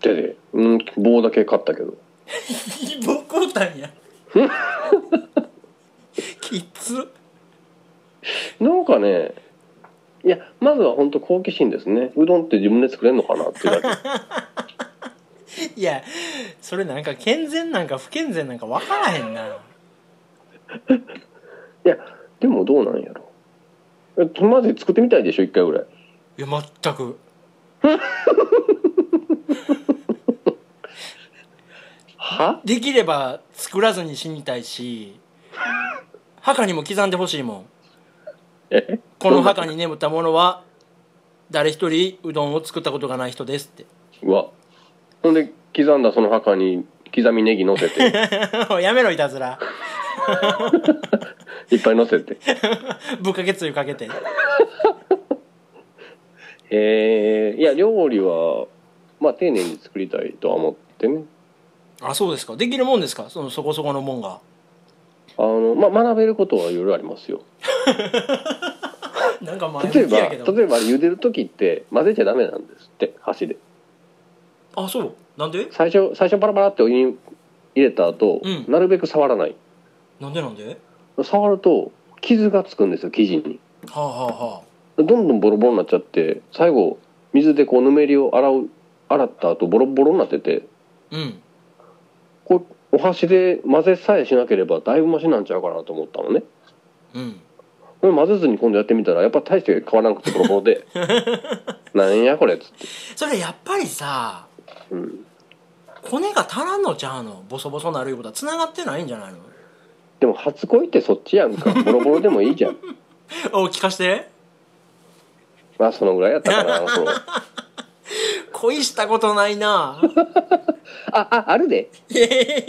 Speaker 2: 手で、うん、棒だけ買ったけど
Speaker 1: [LAUGHS] 僕みたんや [LAUGHS] きっつ
Speaker 2: なんかねいやまずは本当好奇心ですねうどんって自分で作れるのかなっていうだけ
Speaker 1: いやそれなんか健全なんか不健全なんか分からへんない [LAUGHS]
Speaker 2: でもどうなんやろえとまず作ってみたいでしょ一回ぐらい
Speaker 1: や全く
Speaker 2: は
Speaker 1: できれば作らずに死にたいし墓にも刻んでほしいもん
Speaker 2: え
Speaker 1: この墓に眠ったものは誰一人うどんを作ったことがない人ですって [LAUGHS]
Speaker 2: うわほんで刻んだその墓に刻みネギ乗せて
Speaker 1: [LAUGHS] やめろいたずら
Speaker 2: いっぱい乗せて
Speaker 1: ぶっかけつゆかけて
Speaker 2: えー、いや料理はまあ丁寧に作りたいとは思ってね
Speaker 1: あそうですかできるもんですかそのそこそこのもんが
Speaker 2: あのまあ学べることはいろいろありますよ
Speaker 1: なんか前
Speaker 2: 例え
Speaker 1: 向き
Speaker 2: ば
Speaker 1: や
Speaker 2: 例
Speaker 1: け
Speaker 2: えば
Speaker 1: ど
Speaker 2: 茹でる時って混ぜちゃダメなんですって箸で
Speaker 1: あそうなんで
Speaker 2: 最初最初バラバラってお湯に入れた後、
Speaker 1: うん
Speaker 2: なるべく触らない
Speaker 1: なんでなんで
Speaker 2: 触ると傷がつくんですよ生地に
Speaker 1: はあはあは
Speaker 2: どんどんボロボロになっちゃって最後水でこうぬめりを洗う洗った後ボロボロになってて
Speaker 1: あうん
Speaker 2: こうお箸で混ぜさえしなければだいぶマシなんちゃうかなと思ったのね
Speaker 1: うん
Speaker 2: でも混ぜずに今度やってみたらやっぱ大して変わらなくてボロボ
Speaker 1: [LAUGHS]
Speaker 2: ロでなんやこれっつって、
Speaker 1: それやっぱりさ
Speaker 2: うん、
Speaker 1: 骨が足らんのちゃうのボソボソなるいうことはつながってないんじゃないの
Speaker 2: でも初恋ってそっちやんかボロボロでもいいじゃん
Speaker 1: お聞かして
Speaker 2: まあそのぐらいやったかなあの頃
Speaker 1: 恋したことないな
Speaker 2: あああるで [LAUGHS]
Speaker 1: イエ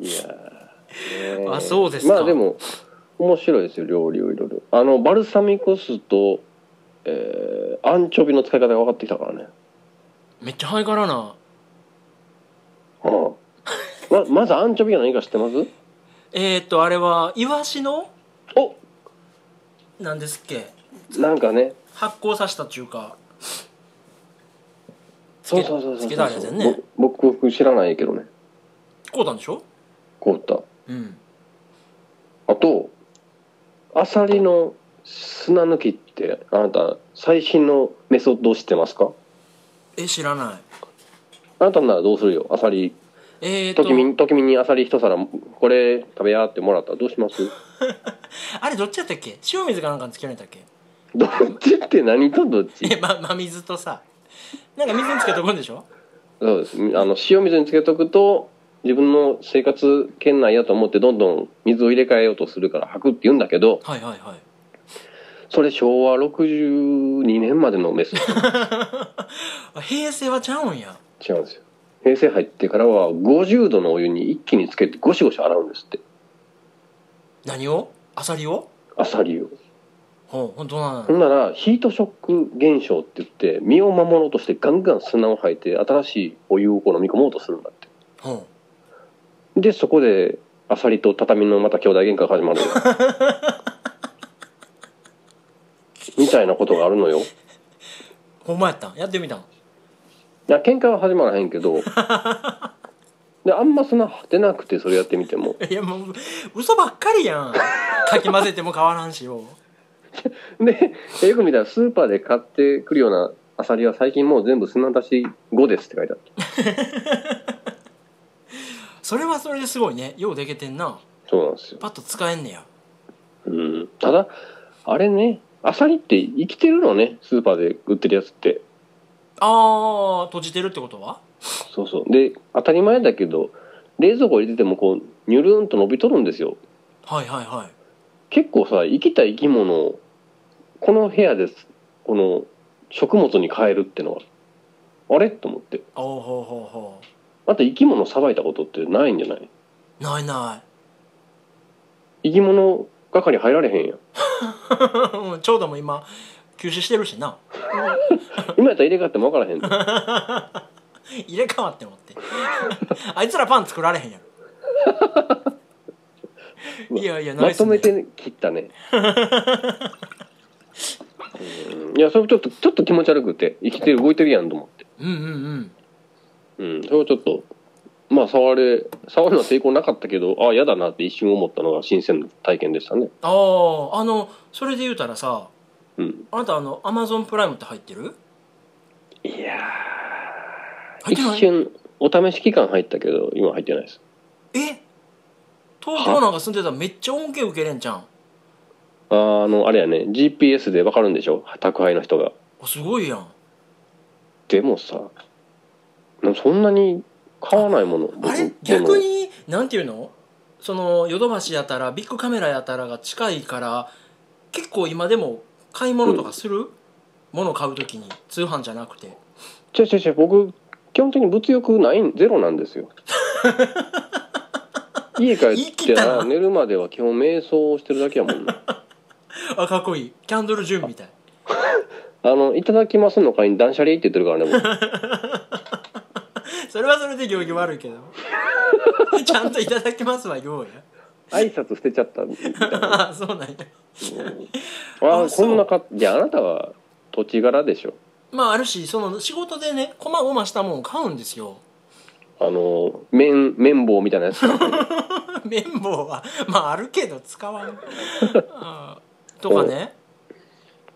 Speaker 1: ーイ
Speaker 2: いやー、ねー
Speaker 1: あそうですか
Speaker 2: まあでも面白いですよ料理をいろいろあのバルサミコ酢と、えーアンチョビの使い方が分かってきたからね、
Speaker 1: めっちゃハイカラな
Speaker 2: うんままずアンチョビが何か知ってます
Speaker 1: えー、っとあれはイワシの
Speaker 2: お
Speaker 1: なんですっけ
Speaker 2: なんかね
Speaker 1: 発酵させたっちゅうかつ
Speaker 2: そ
Speaker 1: け
Speaker 2: うそうそうそ
Speaker 1: つ
Speaker 2: う
Speaker 1: けたあれですよね
Speaker 2: ぼ僕僕知らないけどね
Speaker 1: こうたんでしょ
Speaker 2: 凍った
Speaker 1: うん
Speaker 2: あとアサリの砂抜きってあなた最新のメソッドを知ってますか
Speaker 1: え知らない
Speaker 2: あなたならどうするよアサリ
Speaker 1: えー、
Speaker 2: ときみ
Speaker 1: と
Speaker 2: ときみにアサリ一皿これ食べやってもらったらどうします
Speaker 1: あれどっちやったっけ塩水かなんかにつけられたっけ
Speaker 2: どっちって何とどっち
Speaker 1: えま、真水とさなんか水につけとくんでしょ
Speaker 2: そうですあの塩水につけとくと自分の生活圏内やと思ってどんどん水を入れ替えようとするから吐くって言うんだけど
Speaker 1: はいはいはい
Speaker 2: それ昭和62年までのメソッ
Speaker 1: あ平成はちゃうんや
Speaker 2: ド違うんですよ平成入ってからは50度のお湯に一気につけてゴシゴシ洗うんですって
Speaker 1: 何をアサリを
Speaker 2: アサリを
Speaker 1: ほうほんとなん
Speaker 2: ほんならヒートショック現象って言って身を守ろうとしてガンガン砂を吐いて新しいお湯をこう飲み込もうとするんだって
Speaker 1: ほ
Speaker 2: でそこでアサリと畳のまた兄弟喧嘩が始まるのよみたいなことがあるのよいう
Speaker 1: ほんまやったんやってみたん
Speaker 2: や喧嘩は始まらへんけどであんま砂張ってなくてそれやってみても
Speaker 1: [LAUGHS] いやもう嘘ばっかりやん [LAUGHS] かき混ぜても変わらんしよ
Speaker 2: でよく見たらスーパーで買ってくるようなアサリは最近もう全部砂出し5ですって書いてあった
Speaker 1: それはそれですごいねようでけてんな
Speaker 2: そうなんですよ、
Speaker 1: パッと使えんねや
Speaker 2: うん、ただあれねアサリって生きてるのねスーパーで売ってるやつって
Speaker 1: あー閉じてるってことは
Speaker 2: そうそうで当たり前だけど冷蔵庫入れててもこうニュルンと伸びとるんですよ
Speaker 1: はいはいはい
Speaker 2: 結構さ生きた生き物をこの部屋ですこの食物に変えるってのはあれと思って
Speaker 1: おうほうほうほ
Speaker 2: あと生き物さばいたことってないんじゃないう
Speaker 1: ないな
Speaker 2: 生き物係入られへん
Speaker 1: い
Speaker 2: やん
Speaker 1: うんちょう [LAUGHS] ども今休止してるしな
Speaker 2: 今やったら入れ替わっても分からへんだ
Speaker 1: 入れ替わってもって [LAUGHS] あいつらパン作られへんや
Speaker 2: [LAUGHS]
Speaker 1: ろいやいやナ
Speaker 2: ま
Speaker 1: イス、
Speaker 2: と
Speaker 1: ね、
Speaker 2: めて切ったねうんいやそれちょっとちょっと気持ち悪くて生きて動いてるやんと思って
Speaker 1: うんうんうん
Speaker 2: うんそれはちょっとまあ触れ触るのは抵抗なかったけどああ嫌だなって一瞬思ったのが新鮮な体験でしたね
Speaker 1: あああのそれで言うたらさ
Speaker 2: うん
Speaker 1: あなたあのアマゾンプライムって入ってる
Speaker 2: いや
Speaker 1: 入って
Speaker 2: 一
Speaker 1: ない
Speaker 2: 瞬お試し期間入ったけど今入ってないです
Speaker 1: え東京なんか住んでたらめっちゃ恩恵受けれんじゃん
Speaker 2: あーあのあれやね GPS で分かるんでしょ宅配の人が
Speaker 1: あすごいやん
Speaker 2: でもさなそんなに買わないもの
Speaker 1: あれ
Speaker 2: 僕
Speaker 1: 逆
Speaker 2: も
Speaker 1: になんていうのそのヨドバシやたらビッグカメラやたらが近いから結構今でも買い物とかする、もの買うときに通販じゃなくて
Speaker 2: 違う違う違う僕基本的に物欲ないんゼロなんで
Speaker 1: [LAUGHS]
Speaker 2: すよ家帰
Speaker 1: 言い
Speaker 2: って
Speaker 1: 切ったな
Speaker 2: ら寝るまでは基本瞑想をしてるだけやもんな [LAUGHS]
Speaker 1: あかっこいいキャンドル・ジュンみたい
Speaker 2: あの「いただきます」の会に断捨離って言ってるからね
Speaker 1: [LAUGHS]
Speaker 2: 僕
Speaker 1: それはそれで行儀悪いけど [LAUGHS] ちゃんといただきますはようや
Speaker 2: 挨拶捨てちゃったみたいな
Speaker 1: あ [LAUGHS] そうなんや
Speaker 2: あ
Speaker 1: あ
Speaker 2: あこんなかじゃああなたは土地柄でしょ
Speaker 1: まああるしその仕事でねこまごましたもんを買うんですよ [LAUGHS]
Speaker 2: あの綿綿棒みたいなやつ
Speaker 1: 綿棒はまああるけど使わんあーとかね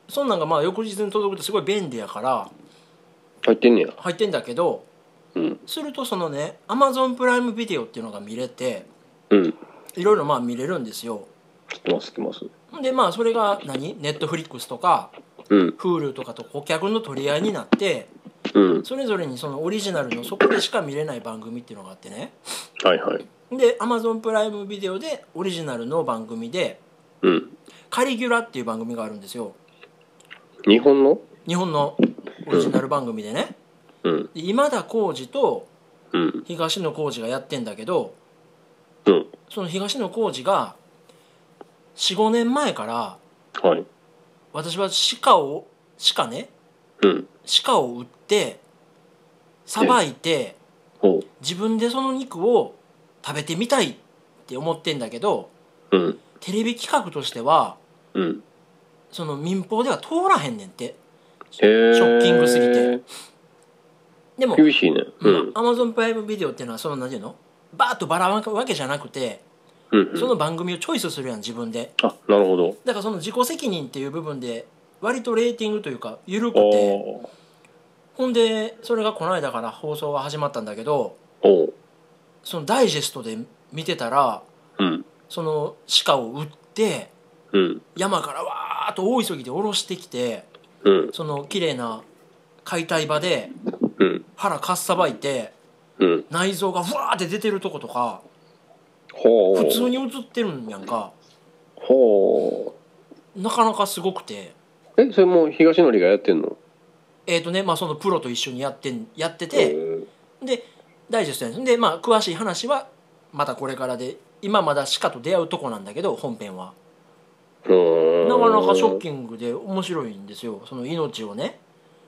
Speaker 1: そんなんがまあ翌日に届くとすごい便利やから
Speaker 2: 入ってんねや
Speaker 1: 入ってんだけど
Speaker 2: うん
Speaker 1: するとそのね Amazon プライムビデオっていうのが見れて
Speaker 2: うん知
Speaker 1: いろいろまあ見れるんですよ
Speaker 2: ってます知ってます
Speaker 1: でまあそれが何ネットフリックスとか
Speaker 2: うん
Speaker 1: Hulu とかと顧客の取り合いになって
Speaker 2: うん
Speaker 1: それぞれにそのオリジナルのそこでしか見れない番組っていうのがあってね
Speaker 2: はいはい
Speaker 1: で Amazon プライムビデオでオリジナルの番組で
Speaker 2: うん
Speaker 1: 「カリギュラ」っていう番組があるんですよ
Speaker 2: 日本の
Speaker 1: 日本のオリジナル番組でね
Speaker 2: うん
Speaker 1: で今田耕司と
Speaker 2: うん
Speaker 1: 東野耕司がやってんだけど
Speaker 2: うん
Speaker 1: その東野耕司が45年前から
Speaker 2: はい
Speaker 1: 私は鹿を鹿ね
Speaker 2: うん
Speaker 1: 鹿を売ってさばいて
Speaker 2: ほ
Speaker 1: 自分でその肉を食べてみたいって思ってんだけど
Speaker 2: ううん
Speaker 1: テレビ企画としては
Speaker 2: うん
Speaker 1: その民放では通らへんねんって
Speaker 2: へえ
Speaker 1: ショッキングすぎてでも
Speaker 2: 厳しいねうん
Speaker 1: アマゾンプライムビデオっていうのはその何ていうのバーッとばらまくわけじゃなくて
Speaker 2: うんうん
Speaker 1: その番組をチョイスするやん自分で
Speaker 2: あなるほど
Speaker 1: だからその自己責任っていう部分で割とレーティングというか緩く
Speaker 2: お
Speaker 1: て
Speaker 2: ー
Speaker 1: ほんでそれがこの間から放送が始まったんだけど
Speaker 2: おー
Speaker 1: そのダイジェストで見てたら
Speaker 2: うん
Speaker 1: その鹿を売って
Speaker 2: うん
Speaker 1: 山からわーっと大急ぎで下ろしてきて
Speaker 2: うん
Speaker 1: その綺麗な解体場で
Speaker 2: うん
Speaker 1: 腹かっさばいて
Speaker 2: うん
Speaker 1: 内臓がふわーって出てるとことか
Speaker 2: ほう
Speaker 1: 普通に映ってるんやんか
Speaker 2: ほ
Speaker 1: なかなかすごくて
Speaker 2: うえそれもう東のりがやってんの
Speaker 1: えっ、とねまあそのプロと一緒にやってんやってて、でダイジェストやんでまあ詳しい話はまたこれからで今まだ鹿と出会うとこなんだけど本編は
Speaker 2: うん
Speaker 1: なかなかショッ
Speaker 2: キ
Speaker 1: キングで面白いんですよその命をね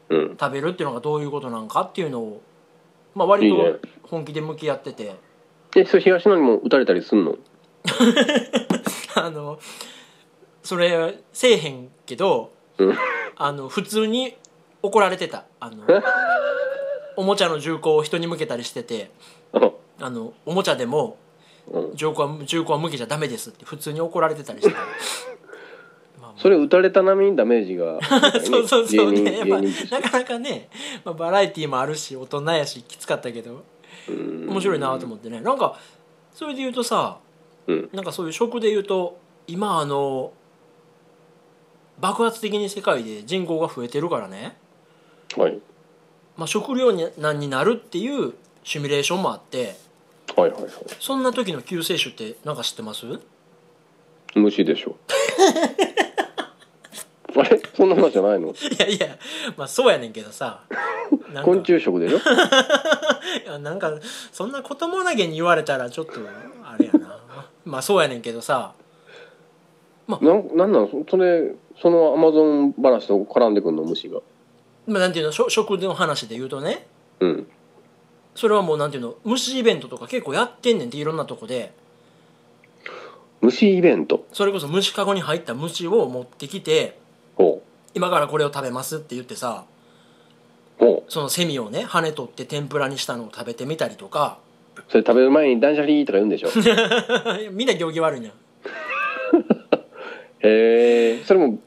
Speaker 2: うん
Speaker 1: 食べるっていうのがどういうことなんかっていうのを、まあ、
Speaker 2: い
Speaker 1: 割
Speaker 2: いね
Speaker 1: と本気で向き合ってて [LAUGHS]
Speaker 2: えそれ東のりも打たれたりすんの
Speaker 1: あのそれせえへんけど
Speaker 2: うん
Speaker 1: あの普通に怒られてたあの [LAUGHS] おもちゃの銃口を人に向けたりしてて
Speaker 2: あ
Speaker 1: あのおもちゃでも
Speaker 2: うん
Speaker 1: 銃口は銃口は向けちゃダメですって普通に怒られてたりして
Speaker 2: [LAUGHS]
Speaker 1: まあ
Speaker 2: それ打たれた波にダメージが
Speaker 1: [LAUGHS] そうそうそう
Speaker 2: 芸人
Speaker 1: ね、まあ
Speaker 2: 芸人として
Speaker 1: なかなかね、まあ、バラエティーもあるし大人やしきつかったけど
Speaker 2: うん
Speaker 1: 面白いなと思ってねなんかそれで言うとさ
Speaker 2: うん
Speaker 1: なんかそういう食で言うと今あの爆発的に世界で人口が増えてるからね、
Speaker 2: はい
Speaker 1: まあ、食糧難になるっていうシミュレーションもあって
Speaker 2: はいはいはい
Speaker 1: そんな時の救世主ってなんか知ってます [LAUGHS]
Speaker 2: 虫でしょあれそんな話じゃないの
Speaker 1: いやいやまあそうやねんけどさなんか
Speaker 2: 昆虫食
Speaker 1: [LAUGHS]
Speaker 2: でしょ
Speaker 1: いやなんかそんな子供投げに言われたらちょっとあれやなまあそうやねんけどさ
Speaker 2: なんなんなんそそれそのアマゾン話と絡んでくんの虫が
Speaker 1: まあなんていうのしょ食の話で言うとね
Speaker 2: うん
Speaker 1: それはもうなんていうの虫イベントとか結構やってんねんっていろんなとこで
Speaker 2: 虫イベント
Speaker 1: それこそ虫かごに入った虫を持ってきて
Speaker 2: ほ
Speaker 1: 今からこれを食べますって言ってさ
Speaker 2: うほ
Speaker 1: そのセミをね羽取って天ぷらにしたのを食べてみたりとか [LAUGHS]
Speaker 2: うそれ食べる前に断捨離とか言うんでしょ
Speaker 1: みんな行儀悪いねん
Speaker 2: へえそれも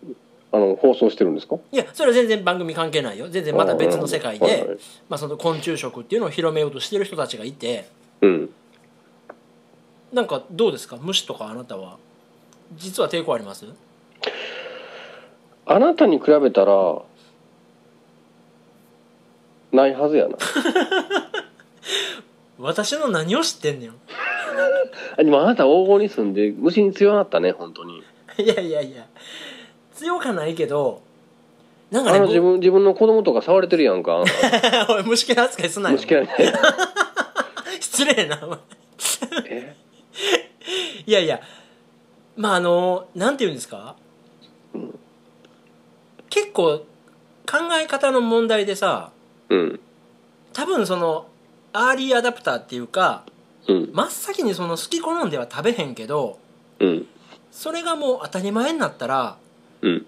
Speaker 2: あの放送してるんですか
Speaker 1: いやそれは全然番組関係ないよ全然また別の世界
Speaker 2: はいは
Speaker 1: で
Speaker 2: い、
Speaker 1: まあ、その昆虫食っていうのを広めようとしてる人たちがいて
Speaker 2: うん
Speaker 1: なんかどうですか虫とかあなたは実は抵抗あります
Speaker 2: あなたに比べたらないはずや
Speaker 1: [LAUGHS]
Speaker 2: な
Speaker 1: 私の何を知ってんねん
Speaker 2: あでもあなた黄金に住んで虫に強なったね本当に
Speaker 1: [LAUGHS] いやいやいや強かないけどなんか
Speaker 2: あ
Speaker 1: ね
Speaker 2: の自分自分の子供とか触れてるや
Speaker 1: [LAUGHS]
Speaker 2: んか
Speaker 1: ご [LAUGHS] おい虫けら扱いすなよ
Speaker 2: 虫嫌いね
Speaker 1: 失礼なお前
Speaker 2: え
Speaker 1: いやいやまああのなんて言うんですか、結構考え方の問題でさ
Speaker 2: うん
Speaker 1: 多分そのアーリーアダプターっていうか
Speaker 2: うん
Speaker 1: 真っ先にその好き好んでは食べへんけど
Speaker 2: うん
Speaker 1: それがもう当たり前になったら
Speaker 2: うん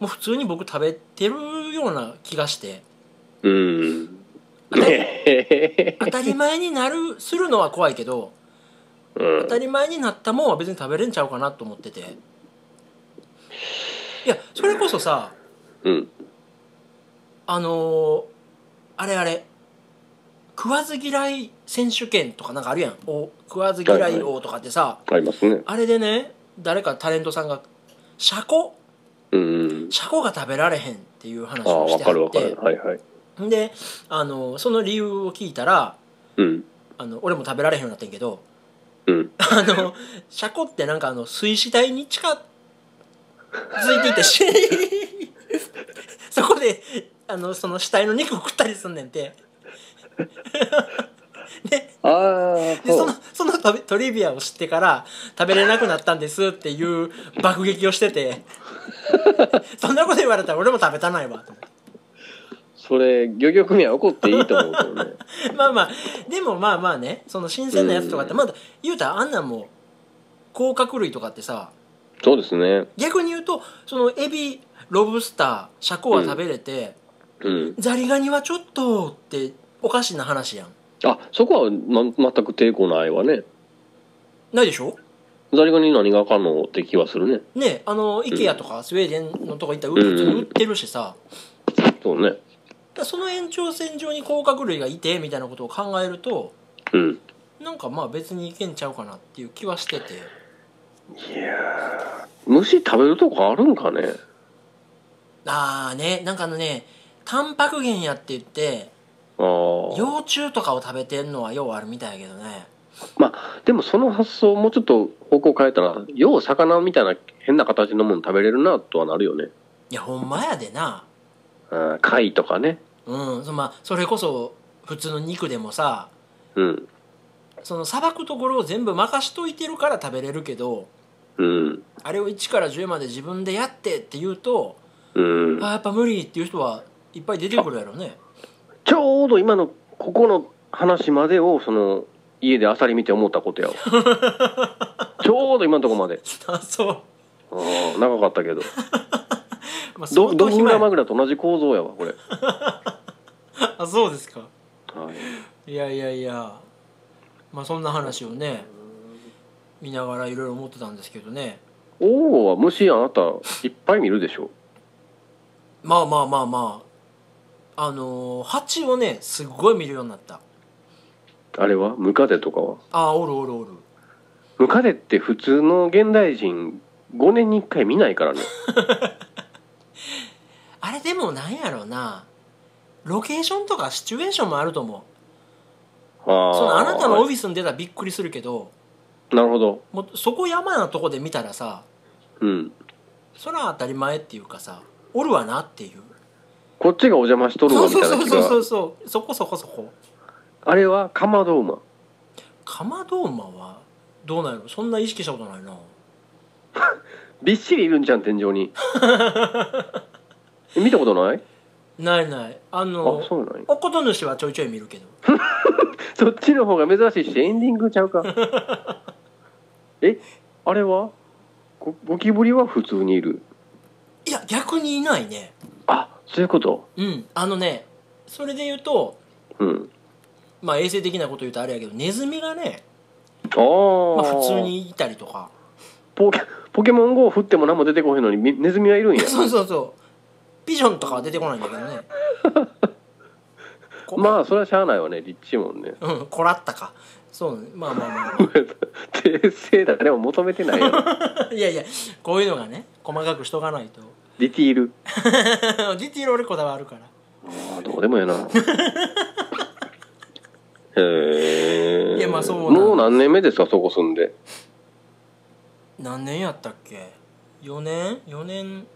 Speaker 1: もう普通に僕食べてるような気がして
Speaker 2: うん
Speaker 1: 当たり
Speaker 2: へ
Speaker 1: 当たり前になるするのは怖いけど
Speaker 2: うん
Speaker 1: 当たり前になったもんは別に食べれんちゃうかなと思ってていやそれこそさ
Speaker 2: うん
Speaker 1: あのーあれあれ食わず嫌い選手権とかなんかあるやんお食わず嫌い王とかってさ、
Speaker 2: ありますね
Speaker 1: あれでね誰かタレントさんがシャコ
Speaker 2: うんうん
Speaker 1: シャコが食べられへんっていう話
Speaker 2: ああ
Speaker 1: をし
Speaker 2: わ
Speaker 1: て
Speaker 2: かる
Speaker 1: あ
Speaker 2: わ
Speaker 1: っ
Speaker 2: かる
Speaker 1: て
Speaker 2: はいはい
Speaker 1: であのその理由を聞いたら
Speaker 2: うん
Speaker 1: あの俺も食べられへんようになってんけど [LAUGHS]
Speaker 2: うん
Speaker 1: あのシャコってなんかあの水死体に近づいていってし [LAUGHS] そこであのその死体の肉を食ったりすんねんて
Speaker 2: ああ
Speaker 1: でそ
Speaker 2: そ
Speaker 1: の
Speaker 2: う
Speaker 1: そのトリトリビアを知ってから食べれなくなったんですっていう爆撃をしててそんなこと言われたら俺も食べたないわと思って
Speaker 2: それ漁業組合怒っていいと思うけ
Speaker 1: [LAUGHS]
Speaker 2: どね
Speaker 1: まあまあでもまあまあねその新鮮なやつとかってまだ言うたらあんなんも甲殻類とかってさ
Speaker 2: そうですね
Speaker 1: 逆に言うとそのエビロブスターシャコは食べれて、
Speaker 2: うん
Speaker 1: ザリガニはちょっとっておかしな話やん
Speaker 2: あそこは、ま、全く抵抗ないわね
Speaker 1: ないでしょ
Speaker 2: ザリガニ何があかんのって気はするね
Speaker 1: ねあの IKEA とかスウェーデンのとこ行ったら売って
Speaker 2: うん
Speaker 1: 売ってるしさ
Speaker 2: そうね
Speaker 1: だからその延長線上に甲殻類がいてみたいなことを考えると
Speaker 2: うん
Speaker 1: なんかまあ別にいけんちゃうかなっていう気はしてて
Speaker 2: いやー虫食べるとこあるんかね
Speaker 1: ああねなんかあのねタンパク源やって言って
Speaker 2: ああ
Speaker 1: 幼虫とかを食べてんのはようあるみたいやけどね
Speaker 2: でもその発想をもうちょっと方向変えたらよう魚みたいな変な形のもの食べれるなとはなるよね
Speaker 1: いやほんまやでな
Speaker 2: あー貝とかね
Speaker 1: うんそ,、まあ、それこそ普通の肉でもさ
Speaker 2: うん
Speaker 1: そのさばくところを全部任しといてるから食べれるけど
Speaker 2: うん
Speaker 1: あれを1から10まで自分でやってって言うと
Speaker 2: うん
Speaker 1: あーやっぱ無理っていう人はいっぱい出てくるやろね [LAUGHS]
Speaker 2: ちょうど今のここの話までをその家でアサリ見て思った
Speaker 1: [LAUGHS]
Speaker 2: ことやわちょうど今のとこまで
Speaker 1: あそ
Speaker 2: あー長かったけ
Speaker 1: [LAUGHS]
Speaker 2: ど
Speaker 1: う、まあ、
Speaker 2: ど
Speaker 1: 相
Speaker 2: ド
Speaker 1: 当
Speaker 2: グ
Speaker 1: 暇
Speaker 2: ラ
Speaker 1: や
Speaker 2: マグラと同じ構造やわこれ、
Speaker 1: あそうですか
Speaker 2: はい
Speaker 1: いやいやいやまあそんな話をね見ながらいろいろ思ってたんですけどね
Speaker 2: 王は虫あなたいっぱい見るでしょ
Speaker 1: まあまあまあまああのー蜂をねすっごい見るようになった
Speaker 2: あれはムカデとかは
Speaker 1: あーおるおるおる
Speaker 2: ムカデって普通の現代人5年に1回見ないからね
Speaker 1: あれでもなんやろうなロケーションとかシチュエーションもあると思う
Speaker 2: あー
Speaker 1: そのあなたのオフィスに出たらびっくりするけど
Speaker 2: なるほど
Speaker 1: もうそこ山なとこで見たらさ
Speaker 2: うん
Speaker 1: そら当たり前っていうかさおるわなっていう
Speaker 2: こっちがお邪魔しとる
Speaker 1: そ
Speaker 2: わ
Speaker 1: う
Speaker 2: み
Speaker 1: そう
Speaker 2: たい
Speaker 1: そ
Speaker 2: な
Speaker 1: う
Speaker 2: 気
Speaker 1: そうそうそ
Speaker 2: が
Speaker 1: うそこそこそこ
Speaker 2: あれはカマドウマ
Speaker 1: カマドーマはどうなんやろそんな意識したことないな
Speaker 2: びっしりいるんじゃん天井に [LAUGHS] 見たことない
Speaker 1: ないないあ
Speaker 2: あ
Speaker 1: の
Speaker 2: そうなんや
Speaker 1: おこと主はちょいちょい見るけど
Speaker 2: そっちの方が珍しいしエンディングちゃ
Speaker 1: [LAUGHS]
Speaker 2: うかえあれはゴゴキブリは普通にいる
Speaker 1: いや逆にいないね
Speaker 2: あそういうこと
Speaker 1: うんあのねそれで言うと
Speaker 2: うん
Speaker 1: まあ衛生的なこと言うとあれやけどネズミがね、
Speaker 2: ああ、
Speaker 1: まあ、普通にいたりとか [LAUGHS]
Speaker 2: ポケポケモン GO 振っても何も出てこへんのにみネズミはいるんや
Speaker 1: [LAUGHS] そうそうそうピジョンとかは出てこないんだけどねこ
Speaker 2: [LAUGHS] まあそれはしゃあないわねリッチもんね [LAUGHS]
Speaker 1: うんこらったかそうねまあまあまあ、
Speaker 2: 訂正だ誰も求めてないや
Speaker 1: [LAUGHS]
Speaker 2: ろ
Speaker 1: まあ、いやいやこういうのがね細かくしとかないと [LAUGHS]
Speaker 2: ディティール
Speaker 1: ディティール俺こだわるから
Speaker 2: ああどうで
Speaker 1: [LAUGHS]
Speaker 2: もええなへえ
Speaker 1: いやまあそうなんです
Speaker 2: もう何年目ですかそこ住んで
Speaker 1: 何年やったっけ4年4年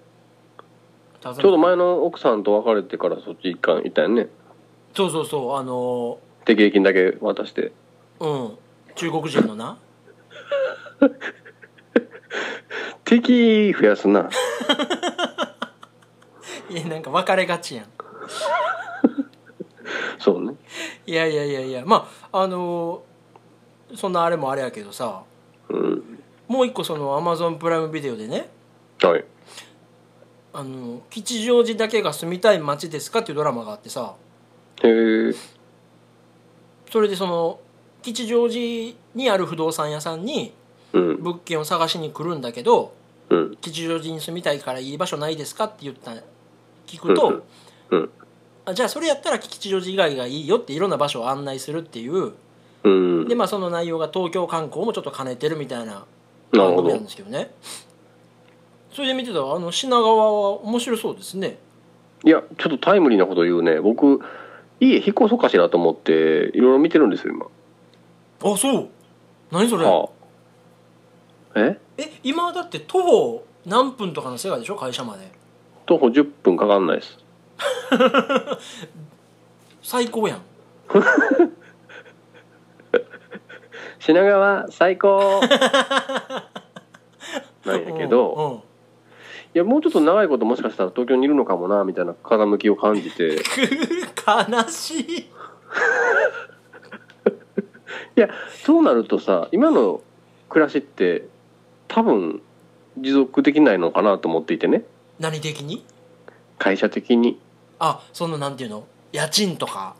Speaker 1: ちょう
Speaker 2: ちょうど前の奥さんと別れてからそっち一貫いたよね
Speaker 1: そうそうそうあの
Speaker 2: で現金だけ渡して
Speaker 1: ーうん中国人のな [LAUGHS]
Speaker 2: 敵増や
Speaker 1: [LAUGHS]
Speaker 2: すない
Speaker 1: やなんか別れがちやん
Speaker 2: そうね
Speaker 1: いやいやいやいやまああのーそんなあれもあれやけどさ
Speaker 2: うん
Speaker 1: もう一個そのアマゾンプライムビデオでね
Speaker 2: はい
Speaker 1: 「あのー吉祥寺だけが住みたい街ですか?」っていうドラマがあってさ
Speaker 2: へえ
Speaker 1: それでその吉祥寺にある不動産屋さんに
Speaker 2: うん
Speaker 1: 物件を探しに来るんだけど
Speaker 2: うん
Speaker 1: 吉祥寺に住みたいからいい場所ないですかって言った聞くと、
Speaker 2: うんうん
Speaker 1: あじゃあそれやったら吉祥寺以外がいいよっていろんな場所を案内するっていう
Speaker 2: うん
Speaker 1: でまあその内容が東京観光もちょっと兼ねてるみたいな
Speaker 2: なる
Speaker 1: 番
Speaker 2: ほ
Speaker 1: 組な
Speaker 2: ど
Speaker 1: んですけどねそれで見てたらあの品川は面白そうですね
Speaker 2: いやちょっとタイムリーなこと言うね僕家引っ越そうかしらと思っていろいろ見てるんですよ今
Speaker 1: あそう何それ、
Speaker 2: はあえ
Speaker 1: え今だって徒歩何分とかの世界でしょ会社まで
Speaker 2: 徒歩10分かかんないです
Speaker 1: 最高やん
Speaker 2: 品川最高なんやけどいやもうちょっと長いこともしかしたら東京にいるのかもなみたいな傾きを感じて
Speaker 1: うん [LAUGHS] 悲しい
Speaker 2: そうなるとさ今の暮らしって多分持続できないのかなと思っていてね
Speaker 1: 何的に
Speaker 2: 会社的に
Speaker 1: あそのなんていうの家賃とか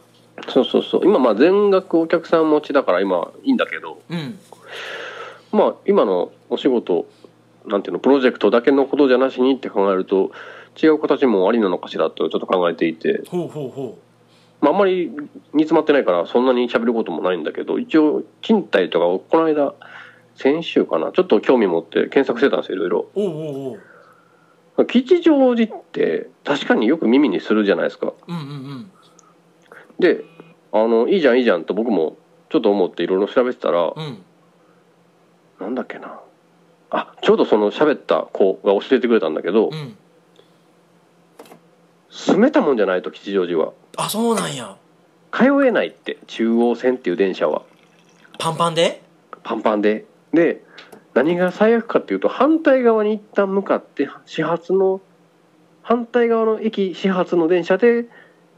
Speaker 2: そうそうそう今まあ全額お客さん持ちだから今いいんだけど
Speaker 1: うん
Speaker 2: まあ今のお仕事なんていうのプロジェクトだけのことじゃなしにって考えると違う形もありなのかしらとちょっと考えていて、
Speaker 1: ほうほうほ
Speaker 2: まあ、あんまり煮詰まってないからそんなに喋ることもないんだけど一応賃貸とかをこの間先週かなちょっと興味持って検索してたんですよいろいろ。
Speaker 1: うおうおうおう
Speaker 2: 吉祥寺って確かによく耳にするじゃないですか
Speaker 1: うんうんうん
Speaker 2: であのいいじゃんいいじゃんと僕もちょっと思っていろいろ調べてたら
Speaker 1: うん
Speaker 2: なんだっけなあちょうどその喋った子が教えてくれたんだけど
Speaker 1: うん
Speaker 2: 住めたもんじゃないと吉祥寺は
Speaker 1: あそうなんや
Speaker 2: 通えないって中央線っていう電車は
Speaker 1: パンパンで
Speaker 2: パンパンでで何が最悪かっていうと反対側に一旦向かって始発の反対側の駅始発の電車で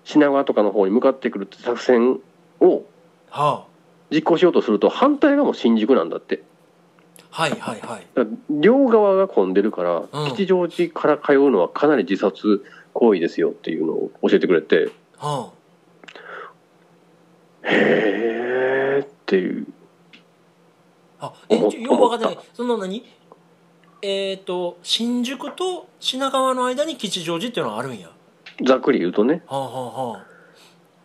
Speaker 2: 品川とかの方に向かってくるって作戦を
Speaker 1: は
Speaker 2: 実行しようとすると反対側も新宿なんだって
Speaker 1: あはいはいはい
Speaker 2: だから両側が混んでるから、
Speaker 1: うん
Speaker 2: 吉祥寺から通うのはかなり自殺行為ですよっていうのを教えてくれて
Speaker 1: は
Speaker 2: へえっていう
Speaker 1: ああえ
Speaker 2: 思っ
Speaker 1: ちょよく分かってないその何えっ、と新宿と品川の間に吉祥寺っていうのがあるんやは
Speaker 2: ざっくり言うとね
Speaker 1: あはあは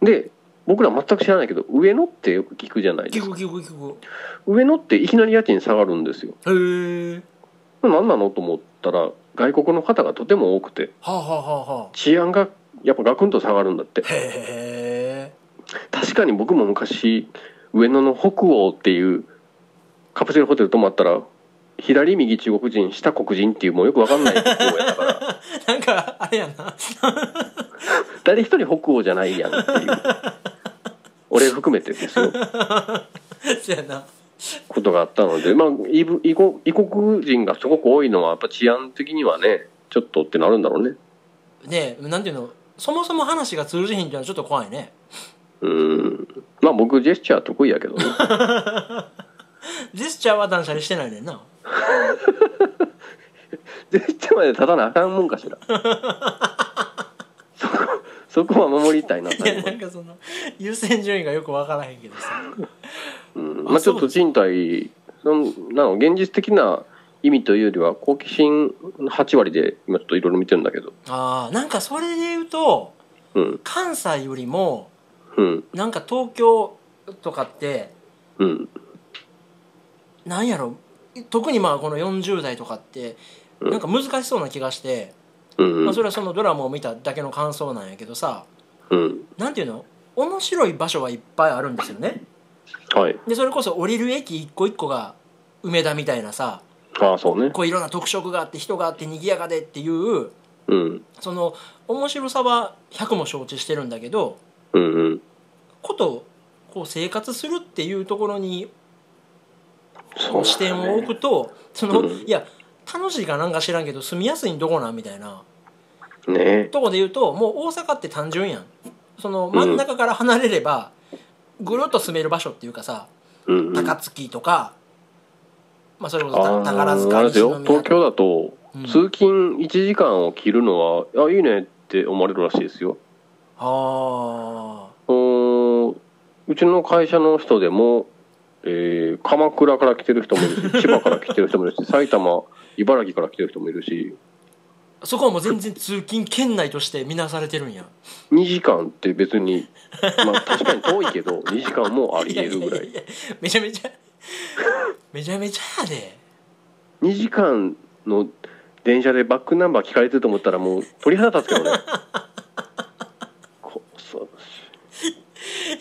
Speaker 1: あ
Speaker 2: で僕ら全く知らないけど上野ってよく聞くじゃないで
Speaker 1: 聞
Speaker 2: す
Speaker 1: く
Speaker 2: か
Speaker 1: 聞く聞
Speaker 2: 上野っていきなり家賃下がるんですよ
Speaker 1: くへえ
Speaker 2: 何なのと思ったら外国の方がとても多くて
Speaker 1: はあはあはあはあ
Speaker 2: 治安がやっぱガクンと下がるんだって
Speaker 1: へえ
Speaker 2: 確かに僕も昔上野の北欧っていうカプセルホテル泊まったら左右中国人下黒人っていうもうよくわかんない北欧やったから [LAUGHS]
Speaker 1: なんかあれやな
Speaker 2: 誰一人北欧じゃないやんっていう俺含めてです
Speaker 1: そ
Speaker 2: よ
Speaker 1: うやな
Speaker 2: ことがあったのでまあ異部異国異国人がすごく多いのはやっぱ治安的にはねちょっとってなるんだろうね
Speaker 1: ねえなんていうのそもそも話が通じへんっていうのはちょっと怖いね
Speaker 2: うんまあ僕ジェスチャー得意や
Speaker 1: [LAUGHS]
Speaker 2: けどね
Speaker 1: ジェスチャーは断捨離してないねんな
Speaker 2: ジェスチャーまで立たなあかんもんか
Speaker 1: [LAUGHS]
Speaker 2: しらそこそこは守りたいなと
Speaker 1: い [LAUGHS] やなんかその優先順位がよく分からへんけどさ
Speaker 2: うん
Speaker 1: あ
Speaker 2: まあ、ち
Speaker 1: そ
Speaker 2: ょっ
Speaker 1: う
Speaker 2: と賃貸そのなの現実的な意味というよりは好奇心8割で今ちょっといろいろ見てるんだけど
Speaker 1: あーなんかそれで言うと
Speaker 2: うん
Speaker 1: 関西よりも
Speaker 2: うん
Speaker 1: なんか東京とかって
Speaker 2: うん
Speaker 1: なんやろ特にまあこの40代とかって
Speaker 2: うん
Speaker 1: なんか難しそうな気がして、
Speaker 2: うん
Speaker 1: まあ、それはそのドラマを見ただけの感想なんやけどさ
Speaker 2: うん
Speaker 1: なんていうの面白い場所はいっぱいあるんですよね
Speaker 2: はい
Speaker 1: でそれこそ降りる駅一個一個が梅田みたいなさ
Speaker 2: ああそうね
Speaker 1: こういろんな特色があって人があって賑やかでっていう
Speaker 2: うん
Speaker 1: その面白さは100も承知してるんだけど
Speaker 2: うんうん
Speaker 1: ことこう生活するっていうところに
Speaker 2: そうだね
Speaker 1: 視点を置くとその
Speaker 2: うん
Speaker 1: いや楽しいかなんか知らんけど住みやすいんどこなんみたいな
Speaker 2: ね
Speaker 1: とこで言うともう大阪って単純やんその真ん中から離れればぐるっと住める場所っていうかさ
Speaker 2: うんうん
Speaker 1: 高槻とか、まあ、それこそ
Speaker 2: あ
Speaker 1: た
Speaker 2: ー
Speaker 1: 宝
Speaker 2: あ
Speaker 1: 塚
Speaker 2: れです
Speaker 1: 西
Speaker 2: よ
Speaker 1: 宮と
Speaker 2: 東
Speaker 1: か
Speaker 2: 京だと
Speaker 1: うん
Speaker 2: 通勤1時間を切るのは、あいいねって思われるらしいですよ
Speaker 1: ああ
Speaker 2: うーんうちの会社の人でも、えー鎌倉から来てる人もい
Speaker 1: [LAUGHS]
Speaker 2: るし千葉から来てる人もいるし埼玉茨城から来てる人もいるし
Speaker 1: そこはもう全然通勤圏内として見なされてるんや
Speaker 2: 2時間って別に、まあ、確かに遠いけど
Speaker 1: [LAUGHS]
Speaker 2: 2時間もあり
Speaker 1: い
Speaker 2: え
Speaker 1: やい
Speaker 2: る
Speaker 1: や
Speaker 2: ぐ
Speaker 1: い
Speaker 2: ら
Speaker 1: や
Speaker 2: い
Speaker 1: いやめちゃめちゃめちゃめちゃやで
Speaker 2: 2時間の電車でバックナンバー聞かれてると思ったらもう鳥肌立つ
Speaker 1: [LAUGHS]
Speaker 2: けどねこそう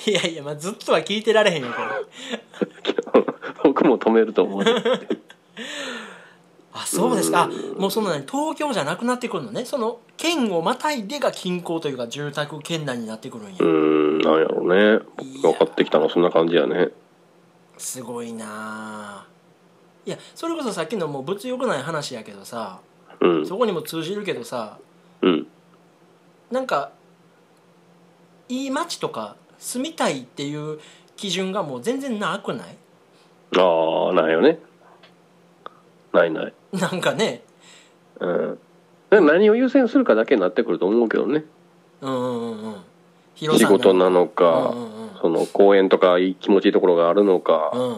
Speaker 1: いやいやまあずっとは聞いてられへんよこれ
Speaker 2: [LAUGHS] 僕も止めると思う
Speaker 1: あそうですかあ
Speaker 2: うん
Speaker 1: もうその何東京じゃなくなってくるのねその県をまたいでが近郊というか住宅圏内になってくるんや
Speaker 2: [LAUGHS] うーんなんやろうね僕が分かってきたのはそんな感じやね
Speaker 1: すごいなあいやそれこそさっきのもう物欲ない話やけどさ
Speaker 2: うん
Speaker 1: そこにも通じるけどさ
Speaker 2: うん
Speaker 1: なんかいい街とか住みたいっていう基準がもう全然なくない
Speaker 2: ああないよねないない
Speaker 1: なんかね
Speaker 2: うんで何を優先するかだけになってくると思うけどね
Speaker 1: うんうんうんうん広
Speaker 2: 仕
Speaker 1: さ
Speaker 2: 事なの
Speaker 1: うん
Speaker 2: か、
Speaker 1: うんうん
Speaker 2: その公園とかいい気持ちいいところがあるのか、
Speaker 1: うん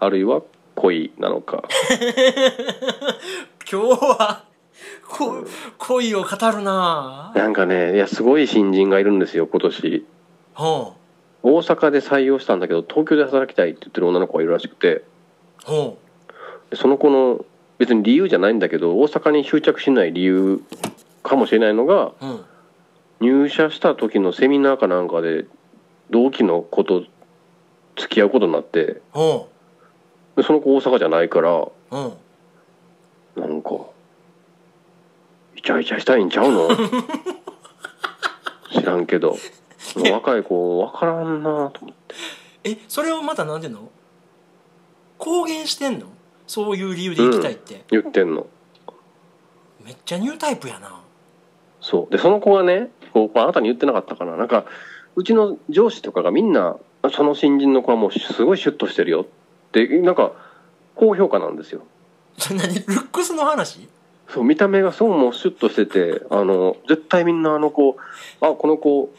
Speaker 2: あるいは恋なのか
Speaker 1: 今日はこ恋を語るなぁ
Speaker 2: なんかねいやすごい新人がいるんですよ今年
Speaker 1: ほ
Speaker 2: 大阪で採用したんだけど東京で働きたいって言ってる女の子がいるらしくて
Speaker 1: うほ
Speaker 2: その子の別に理由じゃないんだけど大阪に執着しない理由かもしれないのが
Speaker 1: ううん
Speaker 2: 入社した時のセミナーかなんかで同期の子と付き合うことになって
Speaker 1: ほ
Speaker 2: でその子大阪じゃないから
Speaker 1: ううん
Speaker 2: なんかイチャイチャしたいんちゃうの知らんけど若い子分からんなと思って
Speaker 1: えそれをまた何ていうの公言してんのそういう理由で行きたいって、
Speaker 2: 言ってんの
Speaker 1: めっちゃニュータイプやな
Speaker 2: そうでその子がねこうまああなたに言ってなかったかななんかうちの上司とかがみんなその新人の子はもうすごいシュッとしてるよってなんか高評価なんですよ
Speaker 1: そんなにルックスの話 [LAUGHS]
Speaker 2: そう見た目がそうもうシュッとしててあの絶対みんなあの子あこの子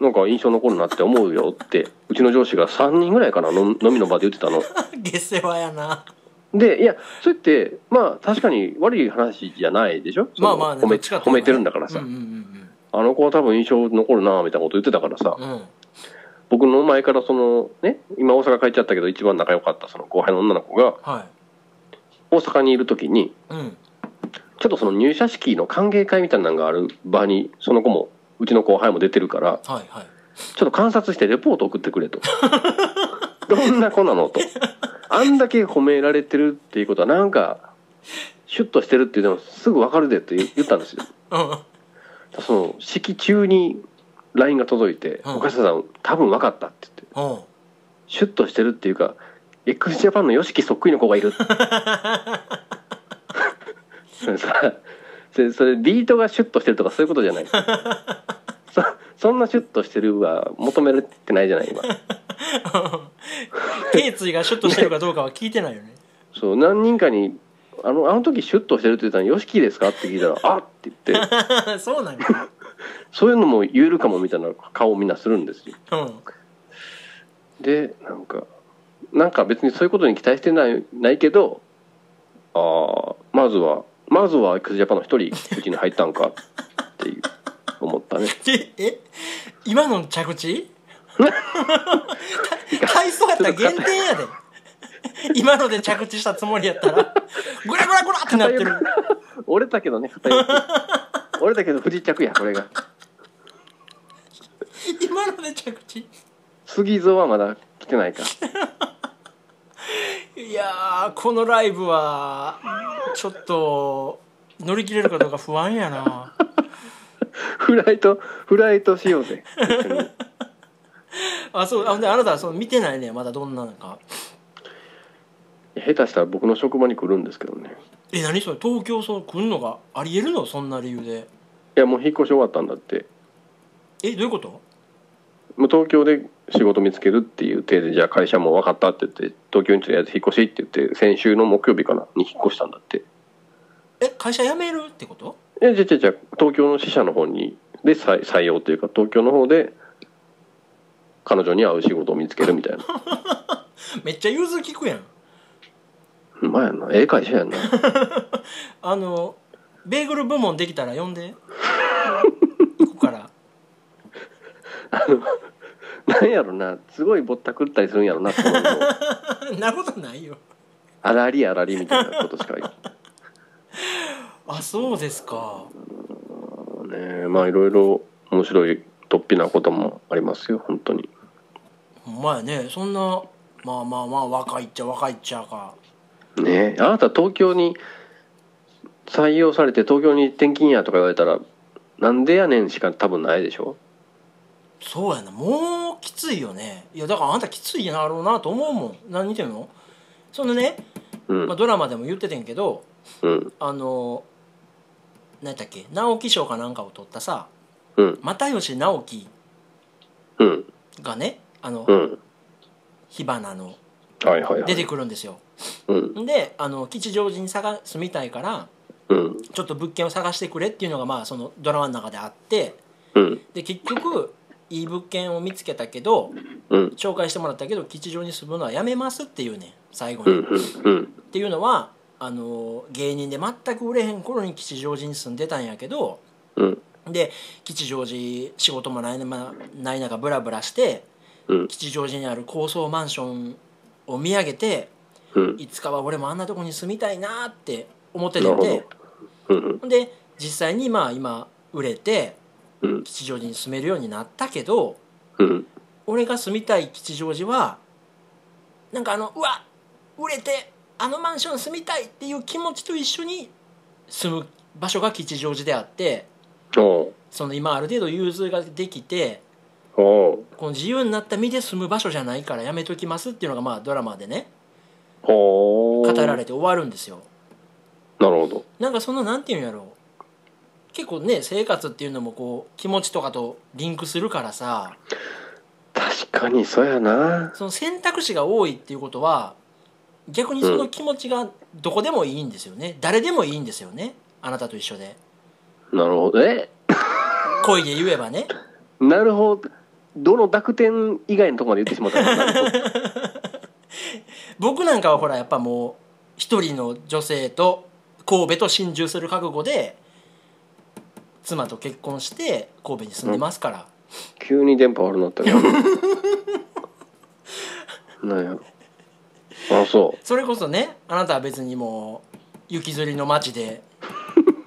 Speaker 2: なんか印象残るなって思うよってうちの上司が3人ぐらいかなの飲みの場で言ってたの
Speaker 1: 下世話やな
Speaker 2: でいやそれってまあ確かに悪い話じゃないでしょその
Speaker 1: まあまあね
Speaker 2: 褒め
Speaker 1: どっちかって
Speaker 2: 褒めてるんだから
Speaker 1: うん
Speaker 2: さ、
Speaker 1: うん
Speaker 2: あの子は多分印象残るなみたいなこと言ってたからさ
Speaker 1: うんうんうん
Speaker 2: 僕の前からそのね今大阪帰っちゃったけど一番仲良かったその後輩の女の子が
Speaker 1: はい
Speaker 2: 大阪にいる時に
Speaker 1: うん
Speaker 2: ちょっとその入社式の歓迎会みたいなのがある場にその子もうちの後輩も出てるから
Speaker 1: はいはい
Speaker 2: ちょっと観察してレポート送ってくれと [LAUGHS] どんな子なのとあんだけ褒められてるっていうことはなんかシュッとしてるっていうのもすぐ分かるでって言言ったんですよ
Speaker 1: うん
Speaker 2: その式中に LINE が届いて「
Speaker 1: うん
Speaker 2: 岡下さん多分分かった」って言って
Speaker 1: うん
Speaker 2: シュッとしてるっていうか x ジャパンの YOSHIKI そっくりの子がいるそれさそれそれビートがシュッとしてるとかそういうことじゃないそそんなシュッとしてるは求められてないじゃない今
Speaker 1: [LAUGHS] 頸椎がシュッとしてるかどうかは聞いてないよね [LAUGHS]
Speaker 2: そう何人かにあの「あの時シュッとしてる」って言ったの YOSHIKI ですか?」って聞いたら「あっ!」って言って
Speaker 1: そうなんや
Speaker 2: そういうのも言えるかもみたいな顔をみんなするんですよ
Speaker 1: うん
Speaker 2: でなんかなんか別にそういうことに期待してないないけどああまずはまずは x ジャパンの一人うちに入ったんかっていう思ったね
Speaker 1: でえ今の着地た体操やったら減点やで今ので着地したつもりやったらグラグラグラってなってる
Speaker 2: 折れたけどね二人 [LAUGHS] 折れたけど不時着やこれが
Speaker 1: 今ので着地
Speaker 2: 杉蔵はまだ来て [LAUGHS] ないか
Speaker 1: いやーこのライブはちょっと乗り切れるかどうか不安やな
Speaker 2: フライトフライトしようぜ一緒に
Speaker 1: あそうあであなたはその見てないねまだどんなのか
Speaker 2: 下手したら僕の職場に来るんですけどね
Speaker 1: え何それ東京そう来んのがありえるのそんな理由で
Speaker 2: いやもう引っ越し終わったんだって
Speaker 1: えどういうこと
Speaker 2: もう東京で仕事見つけるっていう体でじゃあ会社も分かったって言って東京にとりあえず引っ越しって言って先週の木曜日かなに引っ越したんだって
Speaker 1: え会社辞めるってこと
Speaker 2: えじゃあじゃあじゃあ東京の支社の方にで採採用というか東京の方で彼女に会う仕事を見つけるみたいな [LAUGHS]
Speaker 1: めっちゃ融通聞くやん
Speaker 2: ほんまやなええ会社やな [LAUGHS]
Speaker 1: あのベーグル部門できたら呼んでここから
Speaker 2: なんやろなすごいぼったくったりするんやろなって思うの
Speaker 1: ん [LAUGHS] なことないよ
Speaker 2: [LAUGHS] あらりあらりみたいなことしか言う
Speaker 1: あそうですか
Speaker 2: ねまあいろいろ面白い突飛なこともありますよ本当に
Speaker 1: ほんまやねそんなまあまあまあ若いっちゃ若いっちゃか
Speaker 2: ねえあなた東京に採用されて東京に転勤やとか言われたらなんでやねんしか多分ないでしょ
Speaker 1: そうやなもうきついよねいやだからあんたきついやろうなと思うもん何見てんのそのね、
Speaker 2: うん、
Speaker 1: まあ、ドラマでも言っててんけど
Speaker 2: うん
Speaker 1: あの何やったっけ直木賞かなんかを取ったさ
Speaker 2: うん
Speaker 1: 又吉直樹
Speaker 2: うん
Speaker 1: がねあの
Speaker 2: うん
Speaker 1: 火花の
Speaker 2: はいはいはい
Speaker 1: 出てくるんですよ
Speaker 2: うん
Speaker 1: であの吉祥寺に探住みたいから
Speaker 2: うん
Speaker 1: ちょっと物件を探してくれっていうのがまあそのドラマの中であって
Speaker 2: うん
Speaker 1: で結局いい物件を見つけたけど
Speaker 2: うん
Speaker 1: 紹介してもらったけど吉祥に住むのはやめますっていうねん最後
Speaker 2: う
Speaker 1: に、
Speaker 2: んうん
Speaker 1: っていうのはあの芸人で全く売れへん頃に吉祥寺に住んでたんやけど
Speaker 2: うん
Speaker 1: で吉祥寺仕事もない,、まあ、ない中ブラブラして
Speaker 2: うん
Speaker 1: 吉祥寺にある高層マンションを見上げて
Speaker 2: うん
Speaker 1: いつかは俺もあんなとこに住みたいなーって思って
Speaker 2: な
Speaker 1: て
Speaker 2: るほ
Speaker 1: て
Speaker 2: どうん
Speaker 1: ほんで実際にまあ今売れて
Speaker 2: うん
Speaker 1: 吉祥寺に住めるようになったけど
Speaker 2: うん
Speaker 1: 俺が住みたい吉祥寺はなんかあのうわ売れてあのマンション住みたいっていう気持ちと一緒に住む場所が吉祥寺であって
Speaker 2: おう
Speaker 1: その今ある程度融通ができて
Speaker 2: おう
Speaker 1: この自由になった身で住む場所じゃないからやめときますっていうのがまあドラマでね
Speaker 2: ほ
Speaker 1: 語
Speaker 2: う
Speaker 1: られて終わるんですよ。
Speaker 2: なるほど
Speaker 1: なんかそのなんていうんやろう結構ね生活っていうのもこう気持ちとかとリンクするからさ
Speaker 2: 確かにそうやな
Speaker 1: その選択肢が多いっていうことは逆にその気持ちがどこでもいいんですよね、誰でもいいんですよねあなたと一緒で
Speaker 2: なるほどえ
Speaker 1: 恋で言えばね
Speaker 2: なるほどどの濁点以外のところまで言ってしまったななるほど
Speaker 1: 僕なんかはほらやっぱもう一人の女性と神戸と心中する覚悟で妻と結婚して神戸に住んでますから、
Speaker 2: 急に電波悪くなっ
Speaker 1: [LAUGHS]
Speaker 2: たけどなんやろあそう
Speaker 1: それこそねあなたは別にもう雪吊りの街
Speaker 2: [LAUGHS]
Speaker 1: で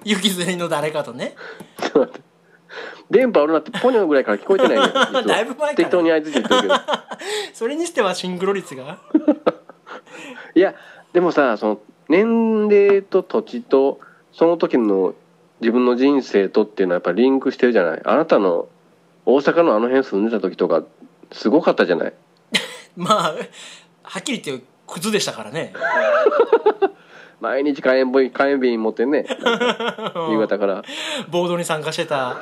Speaker 1: 雪吊りの誰かとね
Speaker 2: ちょっと待って [LAUGHS] 電波悪くなってポニョぐらいから聞こえてないね
Speaker 1: [LAUGHS] だいぶ前から
Speaker 2: 適当に相づち言って
Speaker 1: [LAUGHS]
Speaker 2: るけど
Speaker 1: それにしてはシングロ率が
Speaker 2: いやでもさその年齢と土地とその時の自分の人生とっていうのはやっぱリンクしてるじゃないあなたの大阪のあの辺住んでた時とかすごかったじゃない
Speaker 1: まあはっきり言ってクズでしたからね
Speaker 2: 毎日火炎瓶火炎瓶持っ
Speaker 1: [LAUGHS]
Speaker 2: てね夕方から
Speaker 1: 暴動に参加してた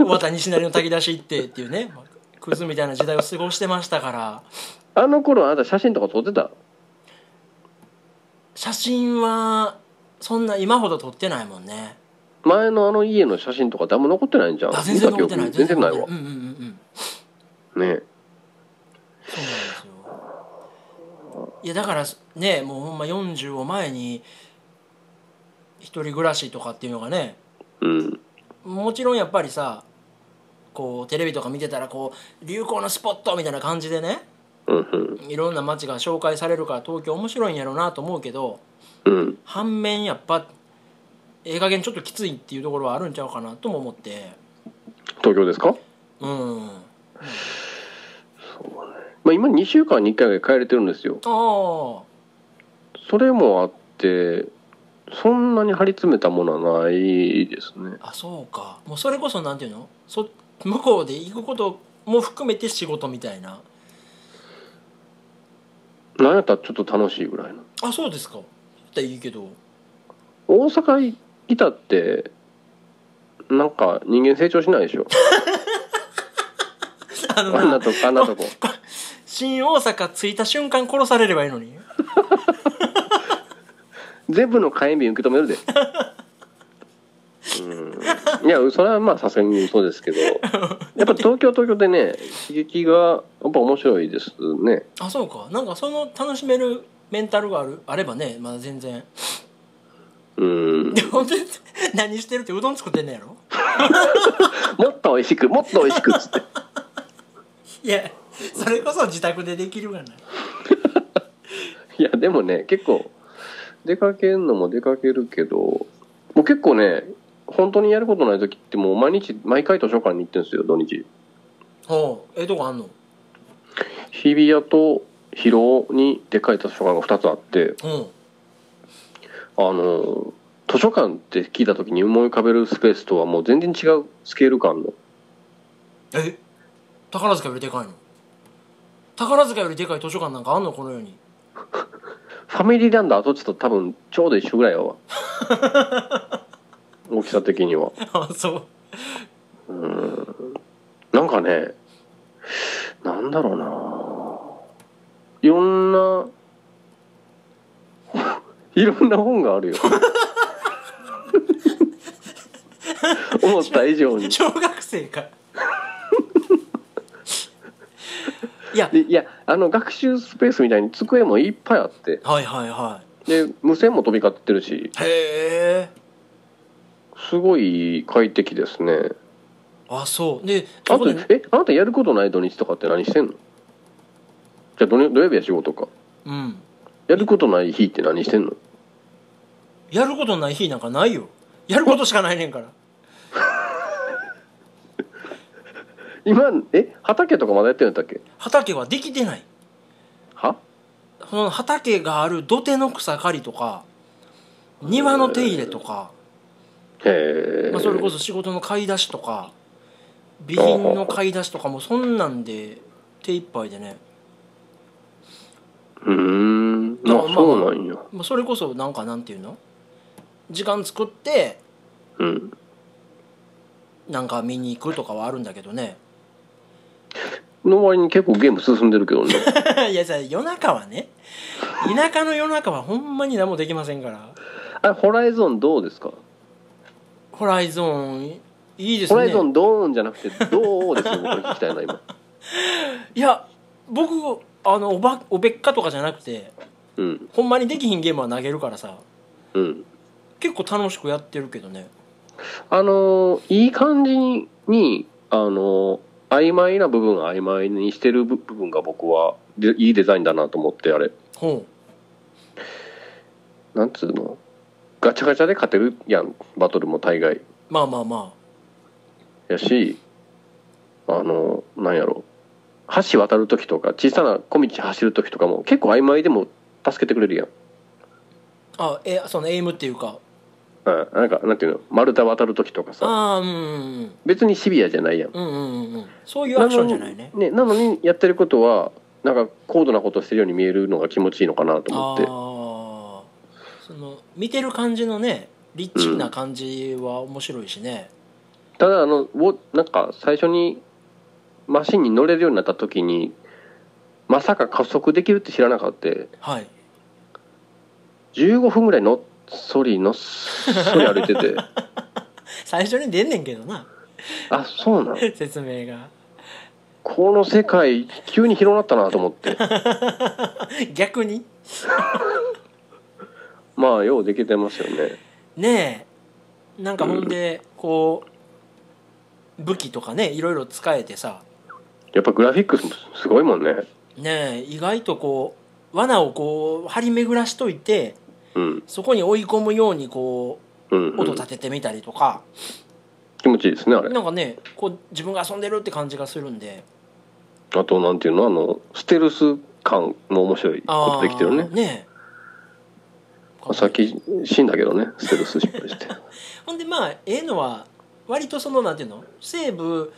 Speaker 1: 綿西成の炊き出し行ってっていうねクズみたいな時代を過ごしてましたから
Speaker 2: あの頃あなた写真とか撮ってた
Speaker 1: 写真はそんな今ほど撮ってないもんね
Speaker 2: 前のあの家の写真とかってあんま残ってないんじゃん
Speaker 1: あ全然
Speaker 2: 見た
Speaker 1: 残ってない
Speaker 2: 記憶全然ない
Speaker 1: 残っ
Speaker 2: わ
Speaker 1: てうんうんうんうんそうな
Speaker 2: ね
Speaker 1: んですよいやだからねもうほんま40を前に一人暮らしとかっていうのがね
Speaker 2: うん
Speaker 1: もちろんやっぱりさこうテレビとか見てたらこう流行のスポットみたいな感じでね
Speaker 2: うんうん
Speaker 1: いろんな街が紹介されるから東京面白いんやろうなと思うけど
Speaker 2: うん
Speaker 1: 反面やっぱええ加減ちょっときついっていうところはあるんちゃうかなとも思って
Speaker 2: 東京ですか、
Speaker 1: うんあ
Speaker 2: まあ、今2週間に1回ぐらい帰れてるんですよ
Speaker 1: あ
Speaker 2: それもあってそんなに張り詰めたものはないですね
Speaker 1: あそうかもうそれこそなんていうのそ向こうで行くことも含めて仕事みたいな
Speaker 2: なんやったらちょっと楽しいぐらいの
Speaker 1: あそうですかだったらいいけど [LAUGHS]
Speaker 2: 大阪来たってなんか人間成長しない
Speaker 1: [LAUGHS]
Speaker 2: でしょ
Speaker 1: あ
Speaker 2: あ
Speaker 1: の
Speaker 2: ん
Speaker 1: な
Speaker 2: なとこあんなとこ
Speaker 1: 新大阪着いた瞬間殺されればいいのに
Speaker 2: 全部の火炎瓶受け止めるでうんいやそれはまあさすがにそうですけどやっぱ東京東京でね刺激がやっぱ面白いですね
Speaker 1: あそうかなんかその楽しめるメンタルがあるあればねまだ全然 [LAUGHS]
Speaker 2: うん
Speaker 1: で本当に何してるってうどん作ってんねやろ
Speaker 2: もっと美味しくもっと美味しくっつって
Speaker 1: い
Speaker 2: [LAUGHS]
Speaker 1: やそれこそ自宅でできるがない
Speaker 2: いやでもね結構出かけるのも出かけるけどもう結構ね本当にやることない時ってもう毎日毎回図書館に行ってるんですよ土日
Speaker 1: おうええとこあんの
Speaker 2: 日比谷と広尾にでっかい図書館が2つあって
Speaker 1: うん
Speaker 2: あの図書館って聞いた時に思い浮かべるスペースとはもう全然違うスケール感の
Speaker 1: え宝塚よりでかいの宝塚よりでかい図書館なんかあんのこの世に
Speaker 2: ファミリーランド跡地と多分ちょうど一緒ぐらいやわ大きさ的には
Speaker 1: あそう
Speaker 2: なんかね、なんだろうな。いろんな、 [LAUGHS] いろんな本があるよ。思った以上に。
Speaker 1: 小学生かいや
Speaker 2: でいやあの学習スペースみたいに机もいっぱいあって
Speaker 1: はいはいは
Speaker 2: で無線も飛び交ってるし
Speaker 1: いへえ
Speaker 2: すごい快適ですね
Speaker 1: あそうで
Speaker 2: あ
Speaker 1: そことで
Speaker 2: えあなたやることない土日とかって何してんのじゃあ土日土曜日は仕事か
Speaker 1: うん
Speaker 2: やることない日って何してんの
Speaker 1: やることない日なんかないよやることしかないねんから
Speaker 2: 今え畑とかまだやってるんだったっけ
Speaker 1: 畑はできてない
Speaker 2: は
Speaker 1: その畑がある土手の草刈りとか庭の手入れとか、
Speaker 2: へえ、
Speaker 1: まあ、それこそ仕事の買い出しとか備品の買い出しとかもそんなんで手一杯でね、
Speaker 2: うーん
Speaker 1: だ
Speaker 2: ま
Speaker 1: から
Speaker 2: あ
Speaker 1: まあ
Speaker 2: そうなんや
Speaker 1: まあ、それこそなんかなんていうの時間作って
Speaker 2: うん
Speaker 1: なんか見に行くとかはあるんだけどね
Speaker 2: の割に結構ゲーム進んでるけどね
Speaker 1: [LAUGHS] いやさ夜中はね田舎の夜中はほんまに何もできませんから
Speaker 2: あれホライゾンどうですか
Speaker 1: ホライゾーンいいです
Speaker 2: ホ
Speaker 1: ね
Speaker 2: ライゾンドーンじゃなくてどうですよ僕が聞きたいな今
Speaker 1: いや僕あのおばおべっかとかじゃなくて
Speaker 2: うん
Speaker 1: ほんまにできひんゲームは投げるからさ
Speaker 2: うん
Speaker 1: 結構楽しくやってるけどね
Speaker 2: あのーいい感じにあのー曖昧な部分を曖昧にしてる部部分が僕はでいいデザインだなと思ってあれ
Speaker 1: ほ
Speaker 2: なんつうのガチャガチャで勝てるやんバトルも大概
Speaker 1: うまあまあま
Speaker 2: やしあのーなんやろ橋渡る時とか小さな小道走る時とかも結構曖昧でも助けてくれるやん
Speaker 1: ああえそのエイムっていうか
Speaker 2: うんなんかなんていうの丸太渡る時とかさ
Speaker 1: ああうんうん
Speaker 2: 別にシビアじゃないやん
Speaker 1: うんうんうんうんうんそういうアクションじゃないね
Speaker 2: ねなのにやってることはなんか高度なことしてるように見えるのが気持ちいいのかなと
Speaker 1: あ
Speaker 2: 思
Speaker 1: あ
Speaker 2: って
Speaker 1: ーその見てる感じのねリッチな感じは面白いしね、
Speaker 2: ただあのウォなんか最初にマシンに乗れるようになった時にまさか加速できるって知らなかった
Speaker 1: はい
Speaker 2: 15分ぐらいのっそりのっそり歩いて
Speaker 1: [LAUGHS]
Speaker 2: て
Speaker 1: 最初に出んねんけどな [LAUGHS]
Speaker 2: あそうなの
Speaker 1: 説明が
Speaker 2: この世界急に広がったなと思って
Speaker 1: 逆に
Speaker 2: まあようできてますよね
Speaker 1: ねえなんかほんでこう武器とかねいろいろ使えてさ
Speaker 2: やっぱグラフィックスもすごいもんね
Speaker 1: ねえ意外とこう罠をこう張り巡らしといて
Speaker 2: うん
Speaker 1: そこに追い込むようにこ
Speaker 2: うん、
Speaker 1: う
Speaker 2: う
Speaker 1: 音
Speaker 2: ん、
Speaker 1: 立ててみたりとか、
Speaker 2: 気持ちいいですねあれ
Speaker 1: なんかねこう自分が遊んでるって感じがするんで
Speaker 2: あとなんていうのあのステルス感も面白いことできてるね
Speaker 1: ねえ
Speaker 2: さっき死んだけどねステルス失
Speaker 1: [LAUGHS]
Speaker 2: 敗して
Speaker 1: ほんでまあええのは割とそのなんていうのセーブ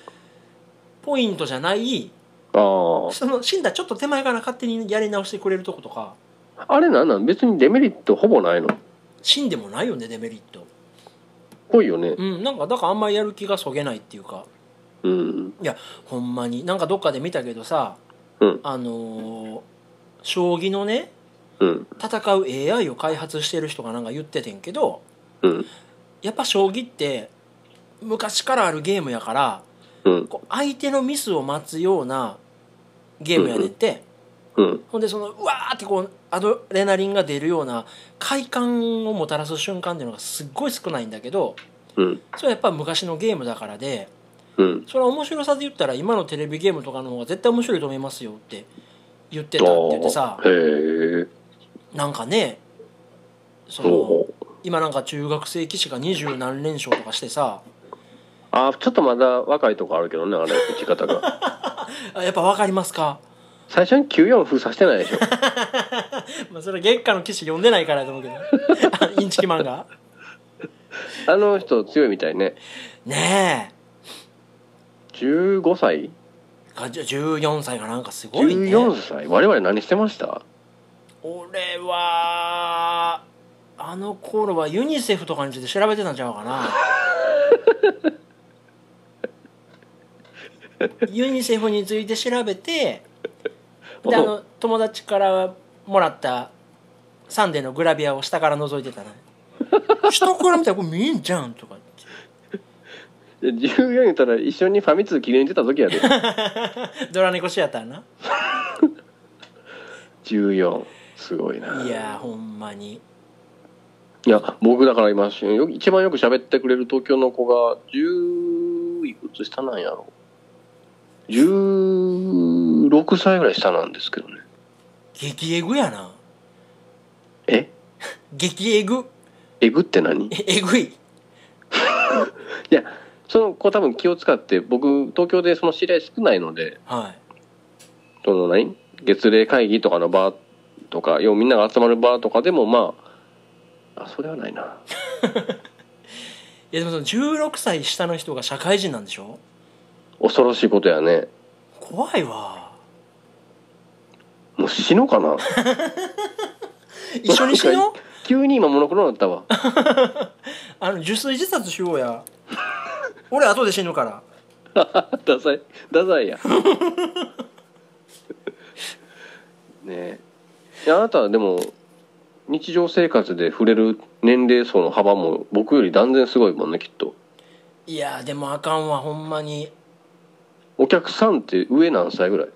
Speaker 1: ポイントじゃない
Speaker 2: あ
Speaker 1: その死んだちょっと手前から勝手にやり直してくれるとことか
Speaker 2: ああれなんなん別にデメリットほぼないの
Speaker 1: 死んでもないよねデメリット
Speaker 2: ぽいよね
Speaker 1: うんなんかだからあんまりやる気がそげないっていうか
Speaker 2: うん
Speaker 1: ほんまになんかどっかで見たけどさ、
Speaker 2: うん
Speaker 1: あのー将棋のね
Speaker 2: うん
Speaker 1: 戦う AI を開発してる人がなんか言っててんけど
Speaker 2: うん
Speaker 1: やっぱ将棋って昔からあるゲームやから
Speaker 2: うん
Speaker 1: こう相手のミスを待つようなゲームやねんって、
Speaker 2: うん
Speaker 1: ほんでそのうわーってこうアドレナリンが出るような快感をもたらす瞬間っていうのがすっごい少ないんだけど
Speaker 2: うん
Speaker 1: それはやっぱ昔のゲームだからで
Speaker 2: うん
Speaker 1: それは面白さで言ったら今のテレビゲームとかの方が絶対面白いと思いますよって言ってたって言ってさ
Speaker 2: あーへえ
Speaker 1: なんかねその
Speaker 2: そう
Speaker 1: 今なんか中学生棋士が二十何連勝とかしてさ
Speaker 2: あちょっとまだ若いとこあるけどねあれ打ち方が [LAUGHS]
Speaker 1: あやっぱ分かりますか
Speaker 2: 最初に9四封鎖してないでしょ
Speaker 1: まあそれ月下の棋士読んでないからやと思うけど [LAUGHS] インチキ漫画
Speaker 2: あの人強いみたいね
Speaker 1: ね
Speaker 2: 15歳
Speaker 1: えがじゃ14歳がなんかすごいね
Speaker 2: 14歳我々何してました
Speaker 1: 俺はあの頃はユニセフとかについて調べてたんちゃうかなユニセフについて調べてであの友達からもらったサンデーのグラビアを下から覗いてたね下から見たらこれ見えんじゃんとか言って
Speaker 2: いや14言ったら一緒にファミ通記念してた時や [LAUGHS] で
Speaker 1: ドラ猫シアターな
Speaker 2: 14すごいない
Speaker 1: いやーほんまに
Speaker 2: や僕だから今よ一番よく喋ってくれる東京の子が10いくつ下なんやろ16歳ぐらい下なんですけどね
Speaker 1: 激エグやな
Speaker 2: え
Speaker 1: 激エグ
Speaker 2: えぐって [LAUGHS] 何い
Speaker 1: ええぐい
Speaker 2: やその子多分気を使って僕東京でその知り合い少ないので
Speaker 1: はい
Speaker 2: その何月例会議とかの場とかようみんなが集まる場とかでもまああそれはないない
Speaker 1: やでもその16歳下の人が社会人なんでしょ
Speaker 2: 恐ろしいことやね
Speaker 1: 怖い [LAUGHS] わ
Speaker 2: もう死のうかな
Speaker 1: 一緒にしよう
Speaker 2: 急に今モノクロになったわ [LAUGHS]
Speaker 1: あの受水自殺しようや俺後で死ぬから
Speaker 2: ダサいダサいや [LAUGHS] ねえいやあなたはでも日常生活で触れる年齢層の幅も僕より断然すごいもんねきっと
Speaker 1: いやでもあかんわほんまに
Speaker 2: お客さんって上何歳ぐらい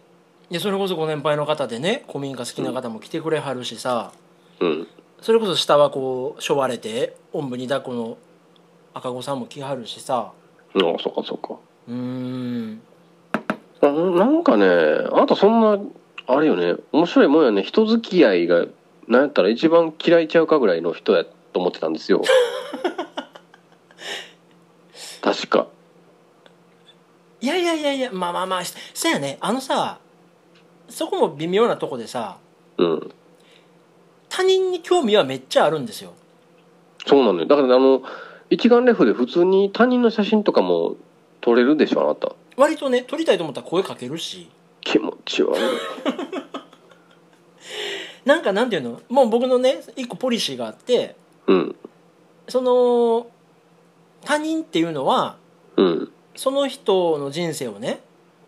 Speaker 1: いやそれこそご年配の方でね古民家好きな方も来てくれはるしさ、
Speaker 2: うん
Speaker 1: それこそ下はこうしょわれておんぶに抱っこの赤子さんも来はるしさ
Speaker 2: ああそっかそっか
Speaker 1: うーん
Speaker 2: あなんかねあなたそんなあれよね面白いもんやね人付き合いがなんやったら一番嫌いちゃうかぐらいの人やと思ってたんですよ確か
Speaker 1: いやいやいやいやまあまあまあしそやねあのさそこも微妙なとこでさ
Speaker 2: うん
Speaker 1: 他人に興味はめっちゃあるんですよ
Speaker 2: そうなのよだからねあの一眼レフで普通に他人の写真とかも撮れるでしょあなた
Speaker 1: 割とね撮りたいと思ったら声かけるし
Speaker 2: 気持ち悪い
Speaker 1: なんかなんていうのもう僕のね一個ポリシーがあって
Speaker 2: うん
Speaker 1: その他人っていうのは
Speaker 2: うん
Speaker 1: その人の人生をね、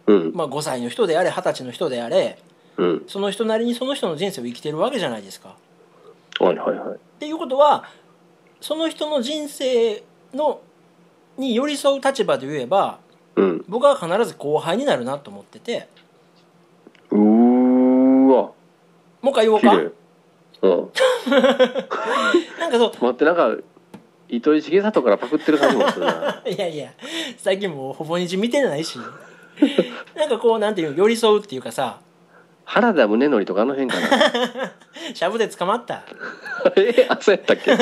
Speaker 2: うん
Speaker 1: まあ、5歳の人であれ二十歳の人であれ
Speaker 2: うん
Speaker 1: その人なりにその人の人生を生きてるわけじゃないですか。
Speaker 2: はいはいはい
Speaker 1: っていうことはその人の人生のに寄り添う立場で言えば
Speaker 2: うん
Speaker 1: 僕は必ず後輩になるなと思ってて
Speaker 2: うーわ
Speaker 1: もう一回言おう
Speaker 2: 綺
Speaker 1: か
Speaker 2: 麗うん
Speaker 1: なんかそう
Speaker 2: 待ってなんか糸井重里からパクってる感じもするな
Speaker 1: [LAUGHS] いやいや最近もうほぼ日見てないし [LAUGHS] なんかこうなんていうの寄り添うっていうかさ
Speaker 2: 原田宗則とかあの辺
Speaker 1: [LAUGHS]
Speaker 2: かな
Speaker 1: しゃぶで捕まった [LAUGHS]
Speaker 2: えあそうやったっけ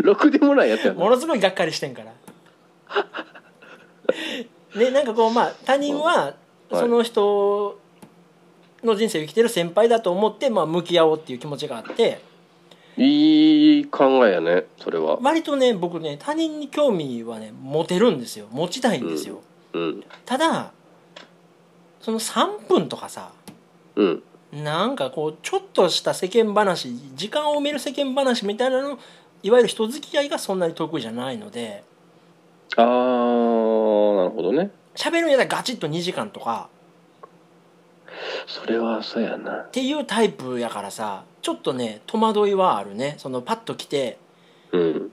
Speaker 2: ろくでもないやつやな
Speaker 1: ものすごいがっかりしてんからねなんかこうまあ他人は
Speaker 2: はい
Speaker 1: その人の人生を生きてる先輩だと思って、まあ、向き合おうっていう気持ちがあって
Speaker 2: いい考えやねそれは
Speaker 1: 割とね僕ね他人に興味はね持てるんですよ持ちたいんですよ、
Speaker 2: うん
Speaker 1: ただその3分とかさ
Speaker 2: うん
Speaker 1: なんかこうちょっとした世間話時間を埋める世間話みたいなのいわゆる人付き合いがそんなに得意じゃないので
Speaker 2: ああなるほどね
Speaker 1: 喋るんやったらガチッと2時間とか
Speaker 2: それはそうやな
Speaker 1: っていうタイプやからさちょっとね戸惑いはあるねそのパッと来て
Speaker 2: うん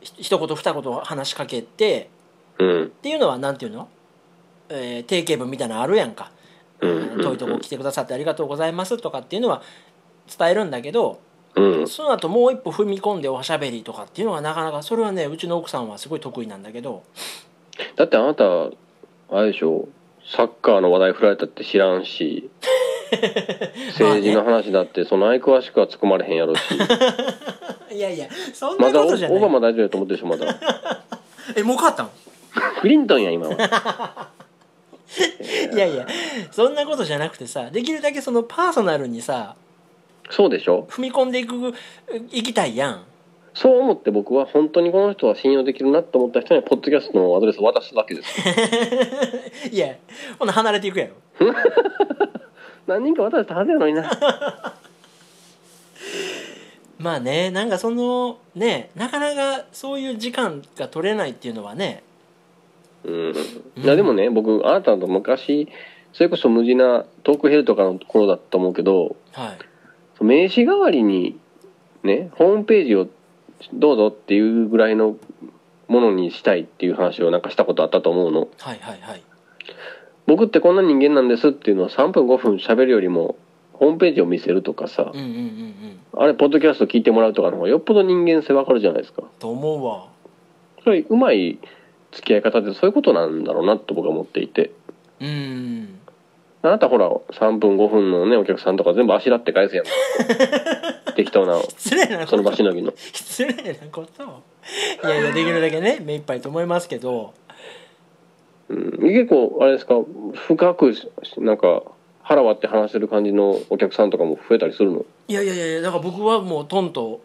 Speaker 1: ひ一言二言話しかけて
Speaker 2: うん
Speaker 1: っていうのはなんていうの、えー定型文みたいなのあるやんか「
Speaker 2: うん
Speaker 1: えー遠いとこ来てくださってありがとうございます」とかっていうのは伝えるんだけど
Speaker 2: うん
Speaker 1: その後もう一歩踏み込んでおしゃべりとかっていうのがなかなかそれはねうちの奥さんはすごい得意なんだけど
Speaker 2: だってあなたあれでしょサッカーの話題振られたって知らん
Speaker 1: [LAUGHS]
Speaker 2: し政治の話だってその相詳しくは突っ込まれへんやろし
Speaker 1: [LAUGHS] いやいやそん
Speaker 2: ま
Speaker 1: な
Speaker 2: だ
Speaker 1: こ
Speaker 2: オ
Speaker 1: とじゃない、
Speaker 2: バマ大丈夫やと思ってるでしょまだ
Speaker 1: [LAUGHS] えもう変わったの
Speaker 2: クリントンや今は
Speaker 1: いやいやそんなことじゃなくてさできるだけそのパーソナルにさ
Speaker 2: そうでしょ
Speaker 1: 踏み込んでいくいきたいやん
Speaker 2: そう思って僕は本当にこの人は信用できるなと思った人にはポッドキャストのアドレスを渡すだけです [LAUGHS]
Speaker 1: いやほな離れていくやろ
Speaker 2: 何人か渡したはずやのにな
Speaker 1: まあねなんかそのねなかなかそういう時間が取れないっていうのはね
Speaker 2: うんいやでもね僕あなたと昔それこそ無事なトークヘルとかの頃だと思うけど
Speaker 1: はい
Speaker 2: 名刺代わりにねホームページをどうぞっていうぐらいのものにしたいっていう話をなんかしたことあったと思うの
Speaker 1: はいはいはい
Speaker 2: 僕ってこんな人間なんですっていうのを3分5分喋るよりもホームページを見せるとかさ
Speaker 1: うんうんうんうん
Speaker 2: あれポッドキャスト聞いてもらうとかの方がよっぽど人間性わかるじゃないですか
Speaker 1: と思うわ
Speaker 2: それうまい付き合い方ってそういうことなんだろうなと僕は思っていて
Speaker 1: うん
Speaker 2: あなたほら3分5分のねお客さんとか全部あしらって返すやん適当な
Speaker 1: 失礼な
Speaker 2: その
Speaker 1: こ
Speaker 2: 場
Speaker 1: と
Speaker 2: しのぎの
Speaker 1: [LAUGHS] 失礼なことをいやいやできるだけね目いっぱいと思いますけど
Speaker 2: うん、結構あれですか深くしなんか腹割って話してる感じのお客さんとかも増えたりするの
Speaker 1: いやいやいやいやだから僕はもうトンと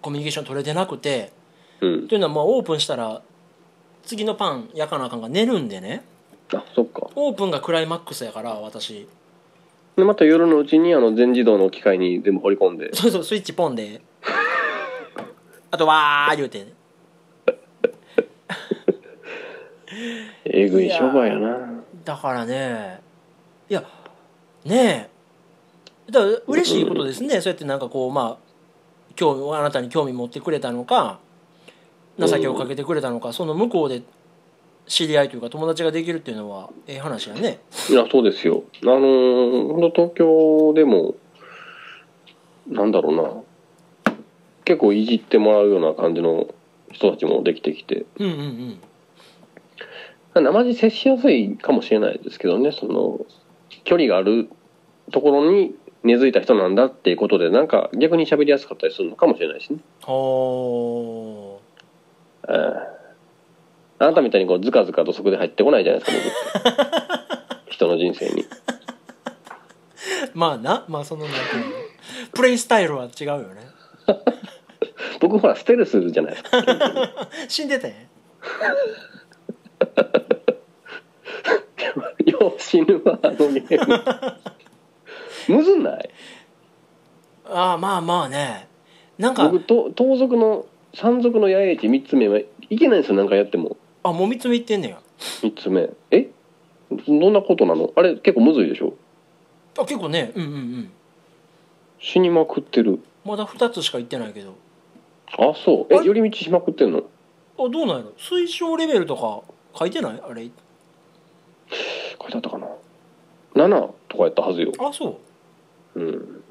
Speaker 1: コミュニケーション取れてなくて
Speaker 2: うん
Speaker 1: というのはまあオープンしたら次のパン焼かなあかんが寝るんでね
Speaker 2: あそっか
Speaker 1: オープンがクライマックスやから私
Speaker 2: でまた夜のうちにあの全自動の機械に全部放り込んで
Speaker 1: そうそうスイッチポンであとわー言うて
Speaker 2: えぐい商売やな
Speaker 1: だからねいやねえだから嬉しいことですねそうやってなんかこうまあ興味あなたに興味持ってくれたのか情けをかけてくれたのかその向こうで知り合いというか友達ができるっていうのはええ話やね
Speaker 2: いやそうですよあのーほんと東京でもなんだろうな結構いじってもらうような感じの人たちもできてきて
Speaker 1: うんうんうん
Speaker 2: 生地接しやすいかもしれないですけどねその距離があるところに根付いた人なんだっていうことでなんか逆に喋りやすかったりするのかもしれないしね、
Speaker 1: おー
Speaker 2: えーあなたみたいにこうずかずかとそこで入ってこないじゃないですか僕って人の人生に
Speaker 1: まあなまあそのなんていうのプレイスタイルは違うよね
Speaker 2: 僕ほらステルスじゃないですか
Speaker 1: 死んでたね
Speaker 2: [LAUGHS] よう死ぬわあのゲー
Speaker 1: [LAUGHS]
Speaker 2: ムむずない
Speaker 1: ああまあまあねなんか
Speaker 2: 僕と盗賊の山賊の八重市3つ目はいけないんですよ何回やっても
Speaker 1: あもみつめいってんねや
Speaker 2: 3つ目えどんなことなのあれ結構むずいでしょ
Speaker 1: あ結構ねうんうんうん
Speaker 2: 死にまくってる
Speaker 1: まだ2つしか行ってないけど
Speaker 2: あそうえ
Speaker 1: あれ
Speaker 2: 寄り道しまくってん
Speaker 1: あ
Speaker 2: の
Speaker 1: どうなんやろ推奨レベルとか書いてないあれ
Speaker 2: 書いてあったかな7とかやったはずよ
Speaker 1: あそう
Speaker 2: うん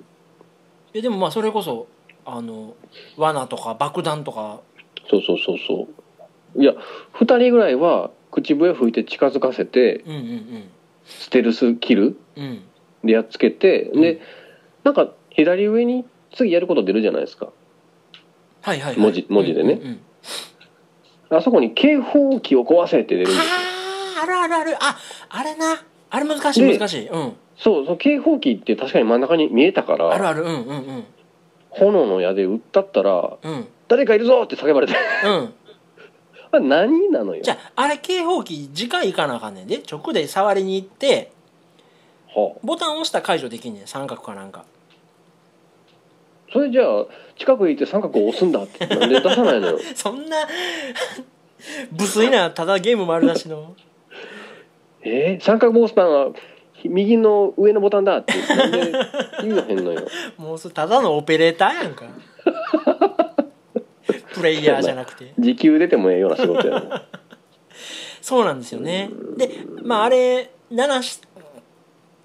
Speaker 1: えでもまあそれこそあの罠とか爆弾とか
Speaker 2: そうそうそうそういや2人ぐらいは口笛吹いて近づかせて
Speaker 1: うんうん
Speaker 2: ステルスキル
Speaker 1: うんうん
Speaker 2: でやっつけて、
Speaker 1: うん
Speaker 2: でなんか左上に次やること出るじゃないですか
Speaker 1: はいはい、はい、
Speaker 2: 文字文字でね
Speaker 1: うんうんうん
Speaker 2: あそこに警報器を壊せって出るんですよ
Speaker 1: あーあるあるあるああれなあれ難しい
Speaker 2: で
Speaker 1: 難しいうん
Speaker 2: そうその警報器って確かに真ん中に見えたか
Speaker 1: ある
Speaker 2: ら
Speaker 1: あるうんうんうん
Speaker 2: 炎の矢で撃ったったら
Speaker 1: うん
Speaker 2: 「誰かいるぞ!」って叫ば
Speaker 1: [LAUGHS]
Speaker 2: れて
Speaker 1: うん
Speaker 2: あ何なのよ
Speaker 1: じゃああれ警報器次回行かなあかんねんで直で触りに行って
Speaker 2: はあ
Speaker 1: ボタン押したら解除できんねん三角かなんか
Speaker 2: それじゃあ近くへ行って三角を押すんだってなんで出さない
Speaker 1: [LAUGHS]
Speaker 2: のよ
Speaker 1: そんな無粋なただゲーム丸出しの
Speaker 2: えー、三角ボスタンは右の上のボタンだってなんで言わへん
Speaker 1: [LAUGHS]
Speaker 2: のよ
Speaker 1: もうそれただのオペレーターやん
Speaker 2: [LAUGHS]
Speaker 1: かプレイヤーじゃなくて
Speaker 2: 時給出てもええような仕事や
Speaker 1: [LAUGHS]
Speaker 2: な
Speaker 1: そうなんですよねでまああれ7し、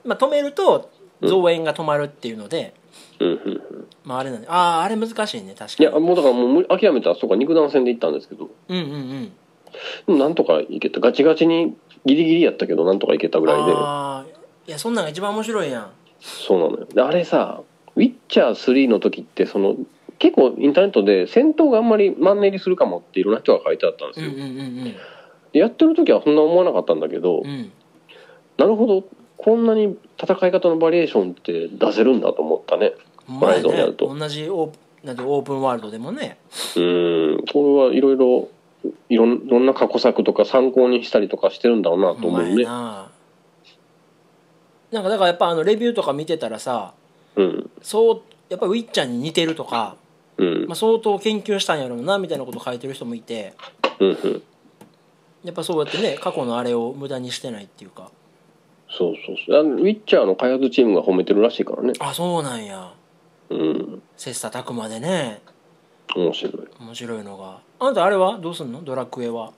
Speaker 1: まあ、止めると増援が止まるっていうので、
Speaker 2: うんうんうん
Speaker 1: まああれなんであああれ難しいね確
Speaker 2: いや
Speaker 1: かに
Speaker 2: もうだからもう無理諦めたそうか肉弾戦で行ったんですけど
Speaker 1: うんうん
Speaker 2: なんとか行けたガチガチにギリギリやったけどなんとか行けた
Speaker 1: う
Speaker 2: ぐ
Speaker 1: ん
Speaker 2: らいで
Speaker 1: ああいやそんなんが一番面白いやん
Speaker 2: そうなのよであれさ「ウィッチャー3」の時ってその結構インターネットで戦闘があんまりマンネリするかもっていろんな人が書いてあったんです
Speaker 1: うん
Speaker 2: よ、
Speaker 1: うんうん
Speaker 2: でやってる時はそんな思わなかったんだけど、
Speaker 1: うんうん
Speaker 2: なるほどこんなに戦い方のバリエーションって出せるんだと思ったね
Speaker 1: ほんまや
Speaker 2: ホライゾンや
Speaker 1: ね
Speaker 2: ると
Speaker 1: 同じオープンなんてオープンワールドでもね
Speaker 2: うーんこれはいろいろいろんいろんな過去作とか参考にしたりとかしてるんだろうなと
Speaker 1: ほん
Speaker 2: 思う
Speaker 1: まや
Speaker 2: ね
Speaker 1: ななんかだからやっぱあのレビューとか見てたらさ
Speaker 2: うん
Speaker 1: そうやっぱウィッチャーに似てるとか、
Speaker 2: うん
Speaker 1: まあ、相当研究したんやろうなみたいなこと書いてる人もいて
Speaker 2: うんうん
Speaker 1: やっぱそうやってね過去のあれを無駄にしてないっていうか
Speaker 2: そうそうそうあのウィッチャーの開発チームが褒めてるらしいからね
Speaker 1: あそうなんや
Speaker 2: うん
Speaker 1: 切磋琢磨でね
Speaker 2: 面白い
Speaker 1: 面白いのがあなたあれはどうすんのドラクエは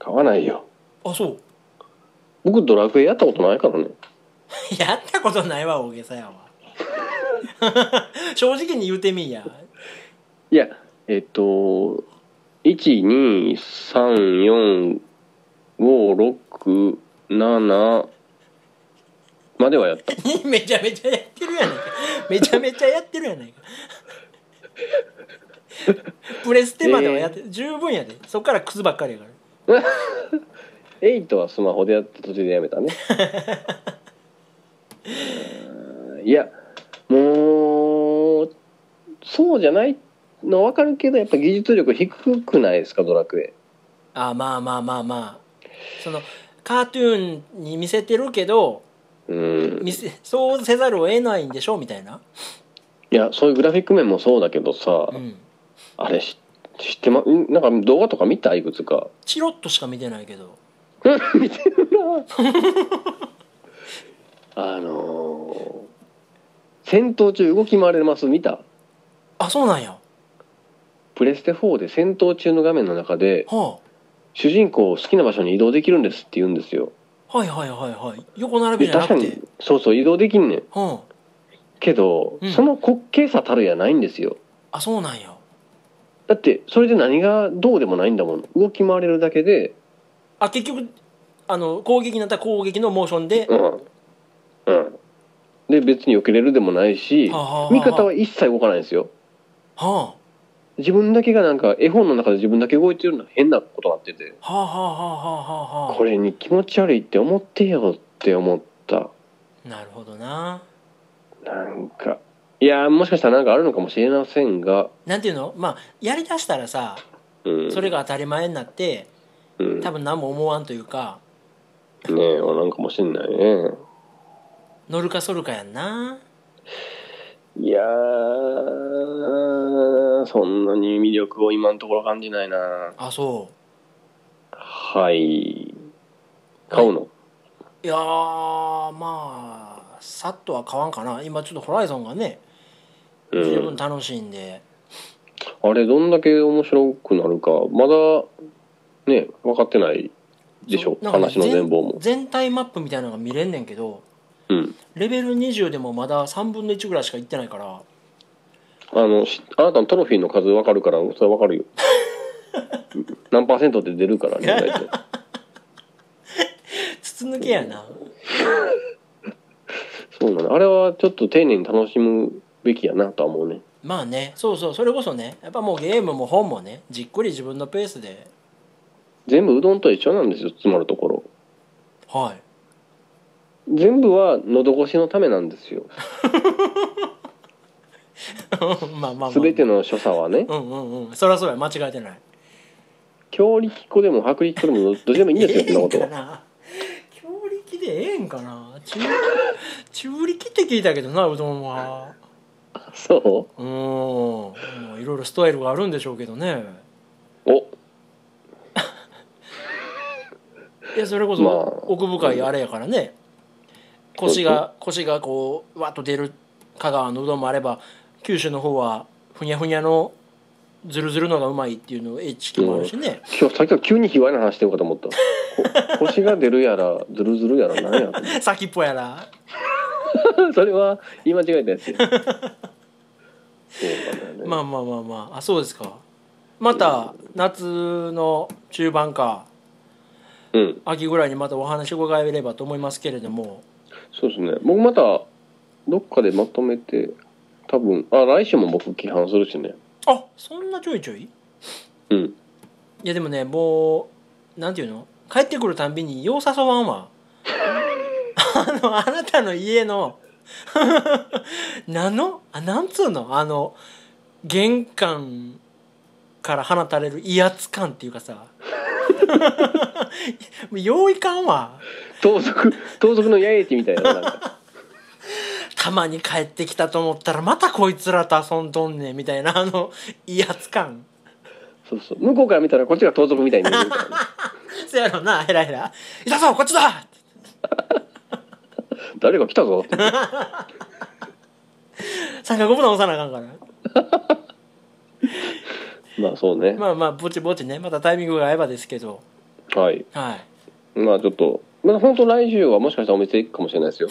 Speaker 2: 買わないよ
Speaker 1: あそう
Speaker 2: 僕ドラクエやったことないからね
Speaker 1: [LAUGHS] やったことないわ大げさやわ [LAUGHS] 正直に言うてみいや [LAUGHS]
Speaker 2: いやえっと1234567まではやった
Speaker 1: めちゃめちゃやってるやないかめちゃめちゃやってるやないか [LAUGHS] プレステまではやって、十分やでそっからクズばっかりやから
Speaker 2: 8はスマホでやって途中でやめ [LAUGHS] たねうーんいやもうそうじゃないの分かるけどやっぱ技術力低くないですかドラクエ
Speaker 1: あまあまあまあまあそのカートゥーンに見せてるけど
Speaker 2: うん
Speaker 1: 見せそうせざるを得ないんでしょみたいない
Speaker 2: やそういうグラフィック面もそうだけどさ、
Speaker 1: うん
Speaker 2: あれし知ってまんなんか動画とか見たいく
Speaker 1: [LAUGHS]
Speaker 2: つか
Speaker 1: チロッとしか見てないけど
Speaker 2: 見てるなあのー戦闘中動き回れます見た
Speaker 1: あそうなんや
Speaker 2: プレステ4で戦闘中の画面の中で
Speaker 1: は
Speaker 2: 主人公を好きな場所に移動できるんですって言うんですよ
Speaker 1: あはいはいはいはい横並び
Speaker 2: で
Speaker 1: じゃな
Speaker 2: 確か
Speaker 1: くて
Speaker 2: にそうそう移動できんねん
Speaker 1: うん
Speaker 2: けど、
Speaker 1: うん
Speaker 2: その滑稽さたるやないんですよ
Speaker 1: あそうなんや
Speaker 2: だってそれで何がどうでもないんだもん動き回れるだけで
Speaker 1: あ結局あの攻撃になったら攻撃のモーションで、
Speaker 2: うんうんで別に避けれるでもないし
Speaker 1: はあはあはあ
Speaker 2: 味方は一切動かないんですよ
Speaker 1: は
Speaker 2: 自分だけがなんか絵本の中で自分だけ動いてるの変なことになってて
Speaker 1: あはあはあはあはあは
Speaker 2: これに気持ち悪いって思ってよって思った
Speaker 1: あなるほどな
Speaker 2: なんかいやーもしかしたらなんかあるのかもしれませんが、
Speaker 1: なんていうのまあやりだしたらさ
Speaker 2: うん、
Speaker 1: それが当たり前になって
Speaker 2: うん
Speaker 1: 多分何も思わんというか
Speaker 2: ねえなんかもしんないね
Speaker 1: 乗るかそるかやんない
Speaker 2: やーそんなに魅力を今のところ感じないな
Speaker 1: あそ
Speaker 2: はい買うの、
Speaker 1: ういやーまあさっとは買わんかな今ちょっとホライゾンがね
Speaker 2: う
Speaker 1: 十
Speaker 2: ん
Speaker 1: 分、楽しいんで、
Speaker 2: あれどんだけ面白くなるかまだね分かってないでしょ
Speaker 1: そうなんかね
Speaker 2: 話の全貌も
Speaker 1: 全体マップみたいなのが見れんねんけど
Speaker 2: うん
Speaker 1: レベル20でもまだ3分の1ぐらいしかいってないから
Speaker 2: あのしあなたのトロフィーの数分かるからそれ分かるよ何パーセントって出るからね大体
Speaker 1: 筒抜けやな
Speaker 2: そうなのあれはちょっと丁寧に楽しむべきやなとは思うね
Speaker 1: まあねそうそうそれこそねやっぱもうゲームも本もねじっくり自分のペースで
Speaker 2: 全部うどんと一緒なんですよつまるところ
Speaker 1: はい
Speaker 2: 全部は喉越しのためなんですよ
Speaker 1: [LAUGHS] まあまあまあ
Speaker 2: 全ての所作はね
Speaker 1: うんうんうんそりゃそうや間違えてない
Speaker 2: 強力粉でも薄力粉でもどどっ [LAUGHS] ちでもいいんですよ
Speaker 1: え
Speaker 2: そんな
Speaker 1: えん
Speaker 2: こと
Speaker 1: か
Speaker 2: は
Speaker 1: な強力でええんかな中中力って聞いたけどなうどんは
Speaker 2: そう
Speaker 1: ーんもういろいろスタイルがあるんでしょうけどね
Speaker 2: うお
Speaker 1: いやそれこそ
Speaker 2: まあ
Speaker 1: 奥深いあれやからね、腰が腰がこうわっと出る香川のうどんもあれば九州の方はふにゃふにゃのずるずるのがうまいっていうのを HQ もあるしね、
Speaker 2: 今日さっきから急に卑猥な話してるかと思ったこ腰が出るやらズルズルやらなんやと思 [LAUGHS] っ
Speaker 1: 先っぽやら
Speaker 2: たそれは言い間違えたやつやそうなんだよね、
Speaker 1: まあまあまあまああそうですかまた夏の中盤か
Speaker 2: うん
Speaker 1: 秋ぐらいにまたお話を伺えればと思いますけれども
Speaker 2: そうですね僕またどっかでまとめて多分あ来週も僕批判するしね
Speaker 1: あそんなちょいちょいい
Speaker 2: うん
Speaker 1: やでもねもうなんていうの帰ってくるたんびによう誘わん [LAUGHS] わあのあなたの家の何のあなんつうのあの玄関から放たれる威圧感っていうかさ [LAUGHS] もうよういかんわ
Speaker 2: 盗賊盗賊の八重地みたいななん [LAUGHS] か
Speaker 1: たまに帰ってきたと思ったらまたこいつらと遊んどんねんみたいなあの威圧感
Speaker 2: そうそう向こうから見たらこっちが盗賊みたいに見 [LAUGHS] えるみたいな
Speaker 1: そやろなヘラヘラ「いたぞこっちだ!
Speaker 2: 誰か来たぞ」
Speaker 1: 三角ボタン押さなあかんから
Speaker 2: まあそうね、
Speaker 1: まあまあぼちぼちねまたタイミングが合えばですけど
Speaker 2: はい
Speaker 1: はい
Speaker 2: まあちょっとまあ本当来週はもしかしたらお店行くかもしれない [LAUGHS] ですよ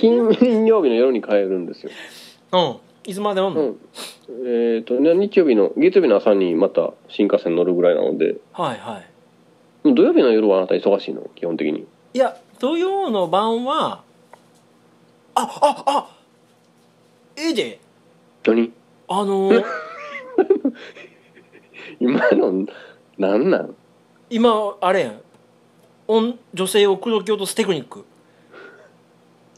Speaker 2: 金金曜日の夜に帰るんですよ、
Speaker 1: うんいつまでおん
Speaker 2: う
Speaker 1: の、
Speaker 2: ん、えっ、とね日曜日の月曜日の朝にまた新幹線乗るぐらいなので
Speaker 1: はいはい
Speaker 2: 土曜日の夜はあなた忙しいの基本的に
Speaker 1: いや土曜の晩はあああええで
Speaker 2: 何
Speaker 1: あのー
Speaker 2: 今のなんなん
Speaker 1: 今あれやんおん女性を口説き落とすテクニック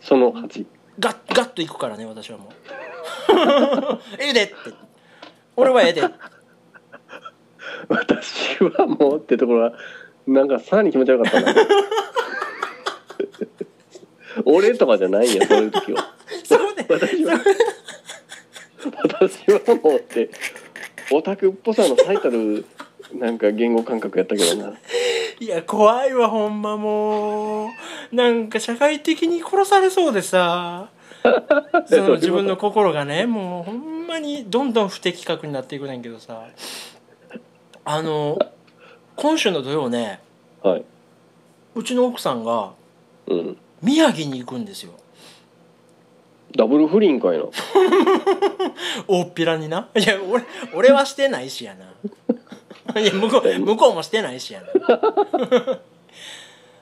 Speaker 2: その8
Speaker 1: ガッガッといくからね私はもう [LAUGHS] ええでって俺はええで
Speaker 2: 私はもうってところはなんかさらに気持ち悪かったな俺とかじゃないんやそういう時は
Speaker 1: そこで
Speaker 2: 私は私はもうってオタクっぽさの最たるなんか言語感覚やったけどない
Speaker 1: や怖いわほんまもうなんか社会的に殺されそうでさその自分の心がねもうほんまにどんどん不適格になっていくねんけどさあの今週の土曜ね
Speaker 2: はいう
Speaker 1: ちの奥さんが
Speaker 2: うん
Speaker 1: 宮城に行くんですよ
Speaker 2: ダブル不倫かいな
Speaker 1: 大っぴらにないや俺俺はしてないしやないや向こう向こうもしてないしやな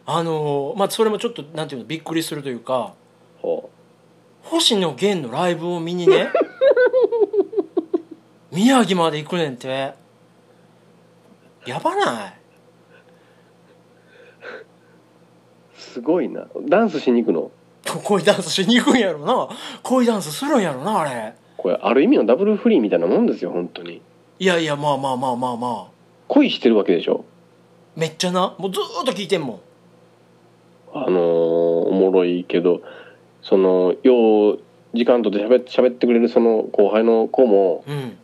Speaker 1: あのまあそれもちょっとなんていうのびっくりするというか
Speaker 2: は
Speaker 1: 星野源のライブを見にね
Speaker 2: [LAUGHS]
Speaker 1: 宮城まで行くねんてやばない
Speaker 2: あすごいなダンスしに行くの
Speaker 1: 恋ダンスしに行くんやろな恋ダンスするんやろなあれ
Speaker 2: これある意味のダブル不倫みたいなもんですよ本当に
Speaker 1: いやいやまあまあまあまあまあ
Speaker 2: 恋してるわけでしょ
Speaker 1: めっちゃなもうずーっと聞いてんもん
Speaker 2: あのーおもろいけどそのよう時間とって喋って喋ってくれるその後輩の子も
Speaker 1: うん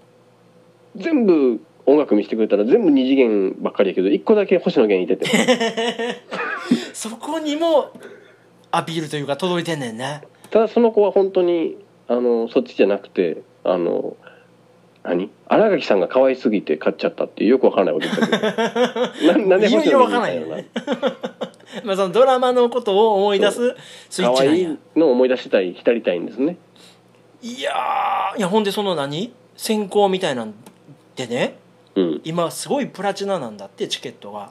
Speaker 2: 全部音楽見せてくれたら全部二次元ばっかりやけど一個だけ星野源いてて
Speaker 1: [LAUGHS] そこにもアピールというか届いてんねんね
Speaker 2: ただその子は本当にあのそっちじゃなくてあの何新垣さんが可愛すぎて買っちゃったっていうよくわからないこと言ってたけど
Speaker 1: [LAUGHS]
Speaker 2: ななんで星
Speaker 1: いろい
Speaker 2: 野源みたい
Speaker 1: ろわから
Speaker 2: な
Speaker 1: ないよねまあそのドラマのことを思い出すスイッ
Speaker 2: 可
Speaker 1: チなん
Speaker 2: 愛
Speaker 1: や
Speaker 2: いのを思い出したい浸りたいんですね
Speaker 1: いやーいやほんでその何選考みたいなんでね
Speaker 2: うん
Speaker 1: 今すごいプラチナなんだってチケットが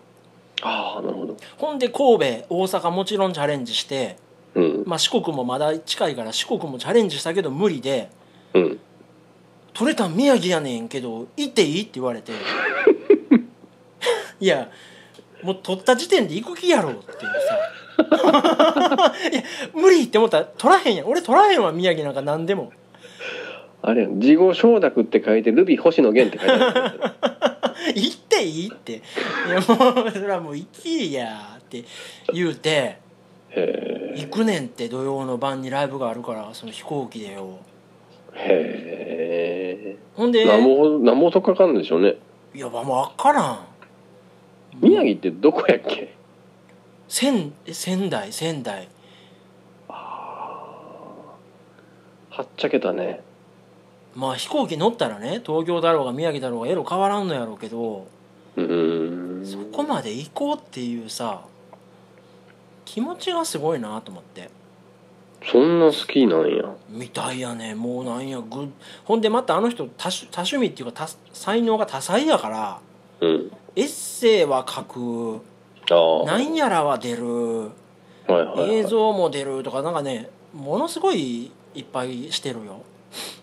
Speaker 2: ああなるほど
Speaker 1: ほんで神戸大阪もちろんチャレンジして、
Speaker 2: うん
Speaker 1: まあ、四国もまだ近いから四国もチャレンジしたけど無理で
Speaker 2: うん
Speaker 1: 取れたん宮城やねんけど行っていいって言われていやもう取った時点で行く気やろっていうさいや無理って思ったら取らへんやん俺取らへんわ宮城なんか何でも
Speaker 2: あれやん「事後承諾」って書いて「ルビー星野源」って書いてあ
Speaker 1: [LAUGHS]
Speaker 2: る
Speaker 1: 行っていいっていやもうそれはもう行きやって言うて
Speaker 2: へ
Speaker 1: 行くねんって土曜の晩にライブがあるからその飛行機でよ
Speaker 2: えへ
Speaker 1: ほん
Speaker 2: え
Speaker 1: で
Speaker 2: なんぼほどなんぼお得かかるんでしょうね
Speaker 1: いやもう分からん
Speaker 2: 宮城ってどこやっけ
Speaker 1: 仙仙台仙台
Speaker 2: はっちゃけたね
Speaker 1: まあ飛行機乗ったらね東京だろうが宮城だろうがエロ変わらんのやろうけど
Speaker 2: うーん
Speaker 1: そこまで行こうっていうさ気持ちがすごいなと思って
Speaker 2: そんな好きなんや
Speaker 1: みたいやねもうなんやぐほんでまたあの人多趣多趣味っていうか多才能が多彩やから
Speaker 2: うん
Speaker 1: エッセイは書く
Speaker 2: ああは
Speaker 1: ないんやらは出る
Speaker 2: はい、はい、
Speaker 1: 映像も出るとかなんかねものすごいいっぱいしてるよ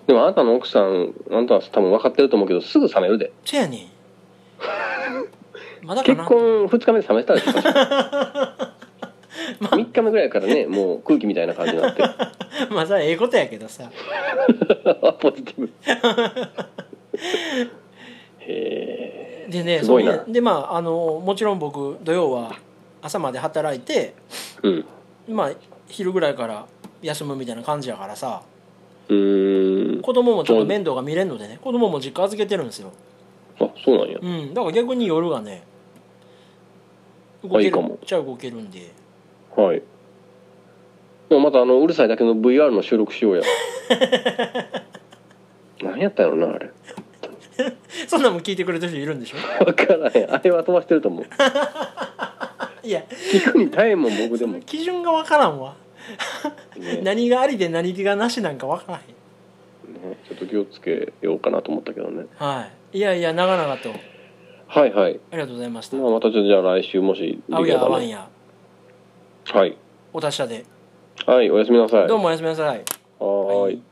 Speaker 2: でもあなたの奥さんあなたは多分分かってると思うけどすぐ冷めるで
Speaker 1: せやねんまだか
Speaker 2: 結
Speaker 1: な
Speaker 2: 婚2日目で冷めてたでしょ、
Speaker 1: [LAUGHS] まあ
Speaker 2: 3日目ぐらいからねもう空気みたいな感じになって
Speaker 1: まあさええことやけどさ
Speaker 2: [LAUGHS] ポジティブへえ
Speaker 1: でね
Speaker 2: すごいな
Speaker 1: そうねでまああのもちろん僕土曜は朝まで働いて
Speaker 2: うん
Speaker 1: まあ昼ぐらいから休むみたいな感じやからさ
Speaker 2: うーん
Speaker 1: 子供もちょっと面倒が見れんのでね子供も実家預けてるんですよ
Speaker 2: あそうなんや
Speaker 1: うんだから逆に夜がね動
Speaker 2: あい
Speaker 1: け
Speaker 2: いか
Speaker 1: る
Speaker 2: も
Speaker 1: っちゃ動けるんで
Speaker 2: はいでもまたあのうるさいだ [LAUGHS] けの VR の収録しようや何やったんやろなあれ [LAUGHS]
Speaker 1: そんなんも聞いてくれてる人いるんでしょ
Speaker 2: 分からへんあれは飛ばしてると思う
Speaker 1: いや
Speaker 2: 聞くに耐えんもん僕でも、ね、
Speaker 1: 基準がわからんわ何がありで何がなしなんかわからへん
Speaker 2: ねちょっと気をつけようかなと思ったけどね
Speaker 1: はいいやいや長々とあ
Speaker 2: はいはい、
Speaker 1: りがとうございました
Speaker 2: まあ、またちょっとじゃあ来週もしで
Speaker 1: 会う
Speaker 2: きれ
Speaker 1: や会
Speaker 2: ば
Speaker 1: わん
Speaker 2: ね
Speaker 1: や
Speaker 2: はい
Speaker 1: お達者で
Speaker 2: はいおやすみなさい
Speaker 1: どうもおやすみなさい
Speaker 2: はーい